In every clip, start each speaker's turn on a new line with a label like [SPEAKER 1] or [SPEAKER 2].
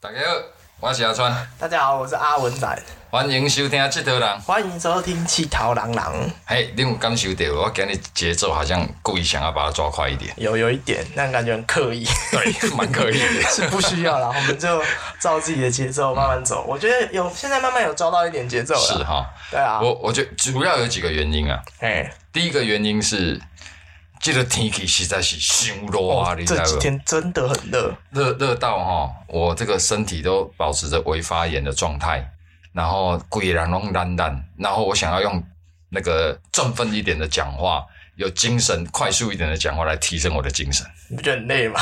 [SPEAKER 1] 大家好，我是阿川，
[SPEAKER 2] 大家好，我是阿文仔，
[SPEAKER 1] 欢迎收听《七头人》。
[SPEAKER 2] 欢迎收听《七桃郎郎》。
[SPEAKER 1] 嘿，你有感受到我今日节奏好像故意想要把它抓快一点？
[SPEAKER 2] 有有一点，但感觉很刻意，
[SPEAKER 1] 对， 蛮刻意的。
[SPEAKER 2] 是不需要啦，我们就照自己的节奏慢慢走。我觉得有，现在慢慢有抓到一点节奏
[SPEAKER 1] 是
[SPEAKER 2] 了。
[SPEAKER 1] 哈，
[SPEAKER 2] 对啊，
[SPEAKER 1] 我我觉得主要有几个原因啊。
[SPEAKER 2] 哎，
[SPEAKER 1] 第一个原因是，这个天气实在是伤热啊，你知
[SPEAKER 2] 哦这
[SPEAKER 1] 道
[SPEAKER 2] 几
[SPEAKER 1] 不？
[SPEAKER 2] 天真的很热，
[SPEAKER 1] 热热到哈，我这个身体都保持着微发炎的状态，然后鬼然拢懒懒，然后我想要用那个振奋一点的讲话，有精神、快速一点的讲话来提升我的精神。
[SPEAKER 2] 你不觉得很累吗？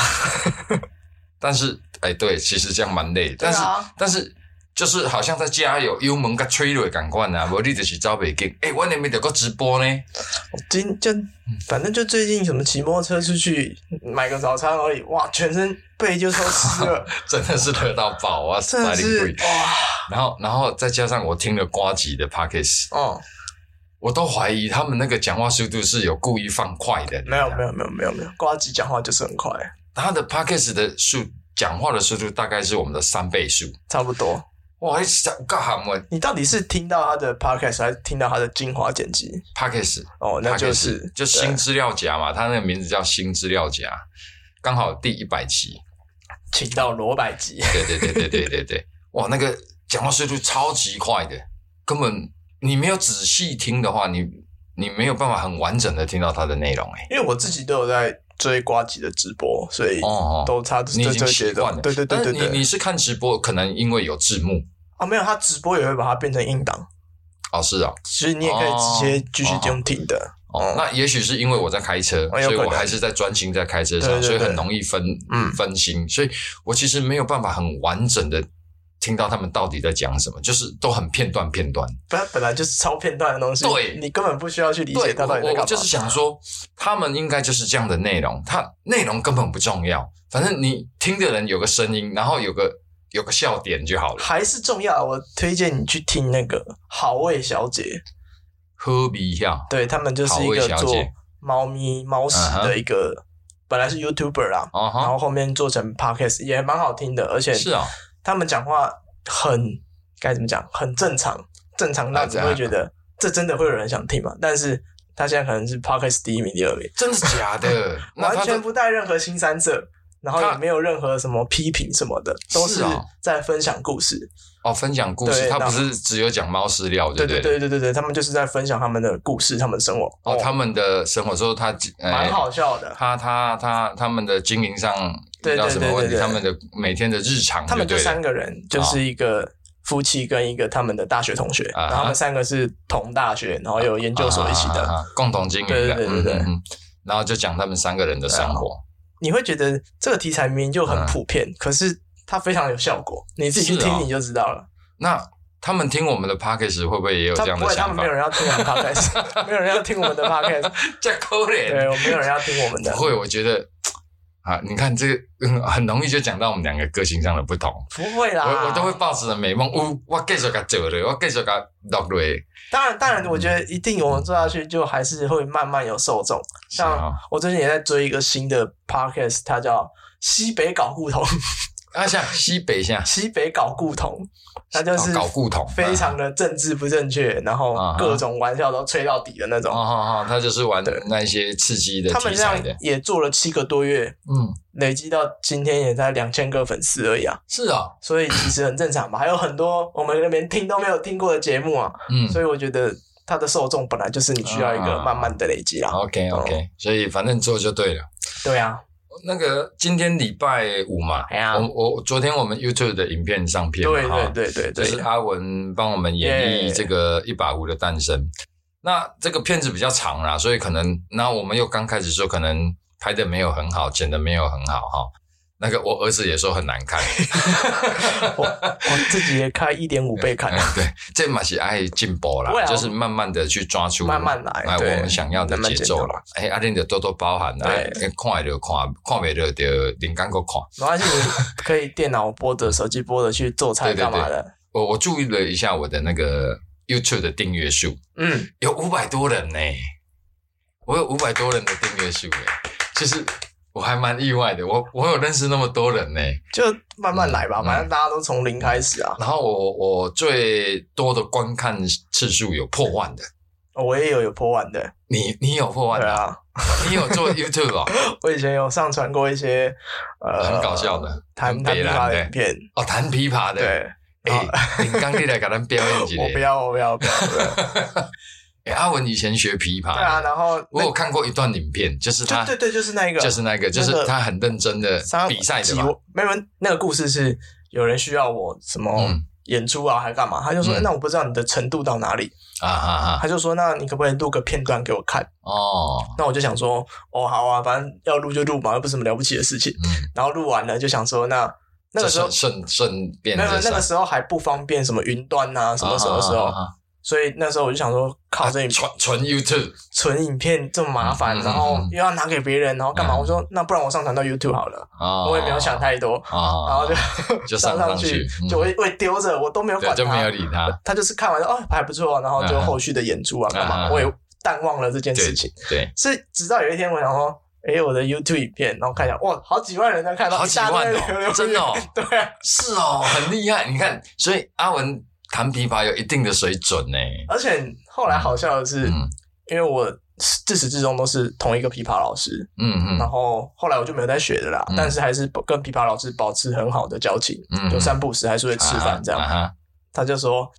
[SPEAKER 1] 但是，哎、对，其实这样蛮累，
[SPEAKER 2] 对
[SPEAKER 1] 但是、
[SPEAKER 2] 啊
[SPEAKER 1] 但是就是好像在加油，油门甲吹落赶快啊，无你就是走袂紧。哎、我那边有个直播呢，
[SPEAKER 2] 我今就反正就最近什么骑摩托车出去买个早餐而已，哇，全身背就都湿了，
[SPEAKER 1] 真的是热到爆啊！
[SPEAKER 2] 真的是
[SPEAKER 1] 鬼。
[SPEAKER 2] 哇，
[SPEAKER 1] 然后，然后再加上我听了瓜吉的 p o c k e t
[SPEAKER 2] 哦，
[SPEAKER 1] 我都怀疑他们那个讲话速度是有故意放快的。
[SPEAKER 2] 没有没
[SPEAKER 1] 有，
[SPEAKER 2] 有没有没有没有，瓜吉讲话就是很快，
[SPEAKER 1] 他的 p o c k e t 的速讲话的速度大概是我们的三倍速。
[SPEAKER 2] 差不多。
[SPEAKER 1] 哇，那是有够含的
[SPEAKER 2] 你到底是听到他的 podcast 还是听到他的精华剪辑？
[SPEAKER 1] p o c k e t
[SPEAKER 2] 哦，那就是
[SPEAKER 1] 就新资料夹嘛，它那个名字叫新资料夹，刚好第一百期。
[SPEAKER 2] 请到罗百吉，
[SPEAKER 1] 对对对对对对 对，哇，那个讲话速度超级快的，根本你没有仔细听的话，你你没有办法很完整的听到它的内容哎、
[SPEAKER 2] 因为我自己都有在追瓜吉的直播，所以
[SPEAKER 1] 哦哦，
[SPEAKER 2] 都差这
[SPEAKER 1] 你已
[SPEAKER 2] 这
[SPEAKER 1] 经
[SPEAKER 2] 这
[SPEAKER 1] 习
[SPEAKER 2] 些都
[SPEAKER 1] 惯了，
[SPEAKER 2] 对对对
[SPEAKER 1] 但是
[SPEAKER 2] 对
[SPEAKER 1] 你
[SPEAKER 2] 对。
[SPEAKER 1] 你是看直播，可能因为有字幕
[SPEAKER 2] 啊，没有，他直播也会把它变成音档，
[SPEAKER 1] 哦，是啊、
[SPEAKER 2] 其实你也可以直接继续用听的。
[SPEAKER 1] 哦，
[SPEAKER 2] 嗯
[SPEAKER 1] 那也许是因为我在开车，
[SPEAKER 2] 哦有
[SPEAKER 1] 所以
[SPEAKER 2] 可
[SPEAKER 1] 我
[SPEAKER 2] 能
[SPEAKER 1] 还是在专心在开车上，
[SPEAKER 2] 对对对
[SPEAKER 1] 所以很容易分
[SPEAKER 2] 嗯
[SPEAKER 1] 分心，所以我其实没有办法很完整的听到他们到底在讲什么，就是都很片段片段。
[SPEAKER 2] 本本来就是超片段的东西，
[SPEAKER 1] 对
[SPEAKER 2] 你根本不需要去理解
[SPEAKER 1] 对，
[SPEAKER 2] 他到底
[SPEAKER 1] 我
[SPEAKER 2] 在干
[SPEAKER 1] 我
[SPEAKER 2] 嘛。
[SPEAKER 1] 就是想说，他们应该就是这样的内容，它内容根本不重要，反正你听的人有个声音，然后有个有个笑点就好了。
[SPEAKER 2] 还是重要，啊我推荐你去听那个好味小姐，
[SPEAKER 1] 喝鼻笑，
[SPEAKER 2] 对他们就是一
[SPEAKER 1] 好味
[SPEAKER 2] 个
[SPEAKER 1] 小姐嗯
[SPEAKER 2] 做猫咪猫屎的一个，本来是 YouTuber 啦，
[SPEAKER 1] 哦
[SPEAKER 2] 然
[SPEAKER 1] 哈，
[SPEAKER 2] 后后面做成 podcast 也蛮好听的，而且
[SPEAKER 1] 是啊、
[SPEAKER 2] 他们讲话很该怎么讲，很正常，正常
[SPEAKER 1] 啊
[SPEAKER 2] 到你
[SPEAKER 1] 这样
[SPEAKER 2] 会觉得这真的会有人想听嘛？但是他现在可能是 podcast 第一名、第二名，
[SPEAKER 1] 真的假的？那
[SPEAKER 2] 完
[SPEAKER 1] 他
[SPEAKER 2] 全
[SPEAKER 1] 的
[SPEAKER 2] 不带任何新三色，然后
[SPEAKER 1] 他
[SPEAKER 2] 也没有任何什么批评什么的，都
[SPEAKER 1] 是
[SPEAKER 2] 是
[SPEAKER 1] 哦
[SPEAKER 2] 在分享故事。
[SPEAKER 1] 哦，分享故事，
[SPEAKER 2] 对
[SPEAKER 1] 他不
[SPEAKER 2] 那
[SPEAKER 1] 是只有讲猫饲料，
[SPEAKER 2] 对
[SPEAKER 1] 不
[SPEAKER 2] 对对对对对，他们就是在分享他们的故事，他们的生活。
[SPEAKER 1] 哦，他们的生活说他呃
[SPEAKER 2] 蛮好笑的。
[SPEAKER 1] 他他他他们的经营上遇
[SPEAKER 2] 对
[SPEAKER 1] 到
[SPEAKER 2] 对
[SPEAKER 1] 什
[SPEAKER 2] 对
[SPEAKER 1] 么
[SPEAKER 2] 对
[SPEAKER 1] 问题，
[SPEAKER 2] 对
[SPEAKER 1] 他们的每天的日常
[SPEAKER 2] 他
[SPEAKER 1] 哦就
[SPEAKER 2] 们就
[SPEAKER 1] 对了哦
[SPEAKER 2] 三个人，就是一个夫妻跟一个他们的大学同学，
[SPEAKER 1] 啊哈
[SPEAKER 2] 然后他们三个是同大学，然后有研究所一起的。
[SPEAKER 1] 啊啊啊啊共同经营
[SPEAKER 2] 对
[SPEAKER 1] 的，
[SPEAKER 2] 对对对对
[SPEAKER 1] 嗯嗯嗯然后就讲他们三个人的生活，
[SPEAKER 2] 你会觉得这个题材明明就很
[SPEAKER 1] 嗯
[SPEAKER 2] 普遍，可是它非常有效果，你自己
[SPEAKER 1] 是
[SPEAKER 2] 去
[SPEAKER 1] 哦
[SPEAKER 2] 听你就知道了。
[SPEAKER 1] 那他们听我们的 podcast 会不会也有
[SPEAKER 2] 他
[SPEAKER 1] 这样
[SPEAKER 2] 不
[SPEAKER 1] 的
[SPEAKER 2] 会，他
[SPEAKER 1] 想
[SPEAKER 2] 们
[SPEAKER 1] 法
[SPEAKER 2] 没有？人要听我们 的 podcast，没有人要听我们的 podcast，
[SPEAKER 1] 这可
[SPEAKER 2] 对
[SPEAKER 1] 怜，，
[SPEAKER 2] 我没有人要听我们的
[SPEAKER 1] 不。会，我觉得啊，你看这个、嗯很容易就讲到我们两个个性上的不同。
[SPEAKER 2] 不会啦，
[SPEAKER 1] 我我都会。抱着美梦，呜，我继续给做了，我继续给落落。
[SPEAKER 2] 当然，
[SPEAKER 1] 嗯
[SPEAKER 2] 当然，我觉得一定我们做下去，就还是会慢慢有受众。
[SPEAKER 1] 是啊
[SPEAKER 2] 像，我最近也在追一个新的 podcast，它叫《西北搞故同》。
[SPEAKER 1] 啊，像西北像，
[SPEAKER 2] 西北搞故同，那就是
[SPEAKER 1] 搞故同，
[SPEAKER 2] 非常的政治不正确，然后
[SPEAKER 1] 啊哈
[SPEAKER 2] 各种玩笑都吹到底的那
[SPEAKER 1] 哦
[SPEAKER 2] 种。
[SPEAKER 1] 哦哦，他就是玩
[SPEAKER 2] 对
[SPEAKER 1] 那一些刺激的
[SPEAKER 2] 他们
[SPEAKER 1] 题
[SPEAKER 2] 这
[SPEAKER 1] 材
[SPEAKER 2] 样
[SPEAKER 1] 的，
[SPEAKER 2] 也做了七个多月，
[SPEAKER 1] 嗯，
[SPEAKER 2] 累积到今天也才两千个粉丝而已啊，
[SPEAKER 1] 是啊，
[SPEAKER 2] 所以其实很正常嘛。还有很多我们那边听都没有听过的节目啊，
[SPEAKER 1] 嗯
[SPEAKER 2] 所以我觉得它的受众本来就是你需要一个
[SPEAKER 1] 啊
[SPEAKER 2] 慢慢的累积啊。
[SPEAKER 1] ，OK OK，所以反正做就对了。
[SPEAKER 2] 对啊，
[SPEAKER 1] 那个今天礼拜五嘛，
[SPEAKER 2] 哎呀
[SPEAKER 1] 我我昨天我们 YouTube 的影片上片嘛，
[SPEAKER 2] 对
[SPEAKER 1] 哈
[SPEAKER 2] 对对
[SPEAKER 1] 就
[SPEAKER 2] 对
[SPEAKER 1] 是
[SPEAKER 2] 对，
[SPEAKER 1] 阿文帮我们演绎
[SPEAKER 2] Yeah
[SPEAKER 1] 这个一把壶的诞生。那这个片子比较长啦，所以可能那我们又刚开始说，可能拍的没有很好，剪的没有很好哈。那个我儿子也说很难 看，
[SPEAKER 2] 我我自己也开一点五倍看，啊
[SPEAKER 1] 对，这嘛是爱进步啦
[SPEAKER 2] 不会，啊
[SPEAKER 1] 就是慢慢的去抓出
[SPEAKER 2] 慢慢来
[SPEAKER 1] 哎我
[SPEAKER 2] 对
[SPEAKER 1] 们想要的节奏
[SPEAKER 2] 慢慢
[SPEAKER 1] 啦。哎，阿玲的多多包涵啦，
[SPEAKER 2] 对
[SPEAKER 1] 哎看就看，看不了就灵感够看。
[SPEAKER 2] 没关系，你可以电脑播着、手机播着去做菜
[SPEAKER 1] 对对
[SPEAKER 2] 干嘛
[SPEAKER 1] 对
[SPEAKER 2] 的。
[SPEAKER 1] 我我注意了一下我的那个 YouTube 的订阅数，
[SPEAKER 2] 嗯，
[SPEAKER 1] 有五百多人呢、我有五百多人的订阅数哎，就是我还蛮意外的，我我有认识那么多人呢、
[SPEAKER 2] 就慢慢来吧，
[SPEAKER 1] 嗯
[SPEAKER 2] 反正大家都从零开始啊。
[SPEAKER 1] 然后我我最多的观看次数有破万的，
[SPEAKER 2] 哦我也有有破万的，
[SPEAKER 1] 你你有嗯破万
[SPEAKER 2] 对
[SPEAKER 1] 的、
[SPEAKER 2] 啊，
[SPEAKER 1] 你有做 YouTube 哦？
[SPEAKER 2] 我以前有上传过一些呃
[SPEAKER 1] 很搞笑的
[SPEAKER 2] 弹
[SPEAKER 1] 很
[SPEAKER 2] 弹
[SPEAKER 1] 北
[SPEAKER 2] 琵
[SPEAKER 1] 兰
[SPEAKER 2] 琶
[SPEAKER 1] 的
[SPEAKER 2] 的影片，
[SPEAKER 1] 哦，弹琵琶的。
[SPEAKER 2] 对，啊
[SPEAKER 1] 哎、你刚你来给咱表演几
[SPEAKER 2] 我不
[SPEAKER 1] 个？
[SPEAKER 2] 要，我不要，我不要。
[SPEAKER 1] 哎、阿文以前学琵琶，
[SPEAKER 2] 对啊，然后
[SPEAKER 1] 我
[SPEAKER 2] 那
[SPEAKER 1] 有看过一段影片，就是他，
[SPEAKER 2] 就对对，就是那个，
[SPEAKER 1] 就是那个，就是他很认真的
[SPEAKER 2] 三
[SPEAKER 1] 比赛的
[SPEAKER 2] 几
[SPEAKER 1] 嘛。
[SPEAKER 2] 万没有那个故事是有人需要我什么
[SPEAKER 1] 嗯
[SPEAKER 2] 演出啊，还干嘛？他就说、
[SPEAKER 1] 嗯
[SPEAKER 2] 那我不知道你的程度到哪里，
[SPEAKER 1] 啊哈哈，
[SPEAKER 2] 他就说那你可不可以录个片段给我看？
[SPEAKER 1] 哦，
[SPEAKER 2] 那我就想说哦好啊，反正要录就录嘛，又不是什么了不起的事情。
[SPEAKER 1] 嗯，
[SPEAKER 2] 然后录完了就想说那那个时候
[SPEAKER 1] 这顺顺顺便
[SPEAKER 2] 没有没
[SPEAKER 1] 这
[SPEAKER 2] 有那个时候还不方便什么云端啊什么什么时候，
[SPEAKER 1] 啊啊啊
[SPEAKER 2] 所以那时候我就想说靠这影片
[SPEAKER 1] 纯纯 YouTube
[SPEAKER 2] 存影片这么麻烦，
[SPEAKER 1] 嗯
[SPEAKER 2] 然后
[SPEAKER 1] 嗯嗯
[SPEAKER 2] 又要拿给别人，然后干嘛？
[SPEAKER 1] 嗯
[SPEAKER 2] 我说那不然我上传到 YouTube 好了，
[SPEAKER 1] 啊，
[SPEAKER 2] 我也没有想太多。
[SPEAKER 1] 啊，
[SPEAKER 2] 然后就
[SPEAKER 1] 就
[SPEAKER 2] 上
[SPEAKER 1] 上上
[SPEAKER 2] 上
[SPEAKER 1] 去嗯
[SPEAKER 2] 就我也我也丢着，我都没有
[SPEAKER 1] 对
[SPEAKER 2] 管
[SPEAKER 1] 就没有
[SPEAKER 2] 他。
[SPEAKER 1] 理他，
[SPEAKER 2] 他就是看完说哦还不错，然后就
[SPEAKER 1] 嗯嗯
[SPEAKER 2] 后续的演出啊干
[SPEAKER 1] 嗯嗯
[SPEAKER 2] 嘛，
[SPEAKER 1] 嗯
[SPEAKER 2] 我也淡忘了这件
[SPEAKER 1] 对
[SPEAKER 2] 事情。
[SPEAKER 1] 对，
[SPEAKER 2] 是直到有一天我想说，诶，我的 YouTube 影片，然后看一下，哇，好几万人在看，然后
[SPEAKER 1] 好
[SPEAKER 2] 一
[SPEAKER 1] 几
[SPEAKER 2] 大堆
[SPEAKER 1] 万
[SPEAKER 2] 人留
[SPEAKER 1] 哦
[SPEAKER 2] 言，
[SPEAKER 1] 真的 哦，
[SPEAKER 2] 对啊，
[SPEAKER 1] 是哦，很厉害。你看，所以阿文弹琵琶有一定的水准呢。
[SPEAKER 2] 而且后来好笑的是，
[SPEAKER 1] 嗯
[SPEAKER 2] 因为我自始至终都是同一个琵琶老师，
[SPEAKER 1] 嗯
[SPEAKER 2] 然
[SPEAKER 1] 嗯
[SPEAKER 2] 后后来我就没有再学的啦
[SPEAKER 1] 嗯，
[SPEAKER 2] 但是还是跟琵琶老师保持很好的交情，
[SPEAKER 1] 嗯，
[SPEAKER 2] 就三不五时还是会吃饭这样
[SPEAKER 1] 啊。哈
[SPEAKER 2] 他就说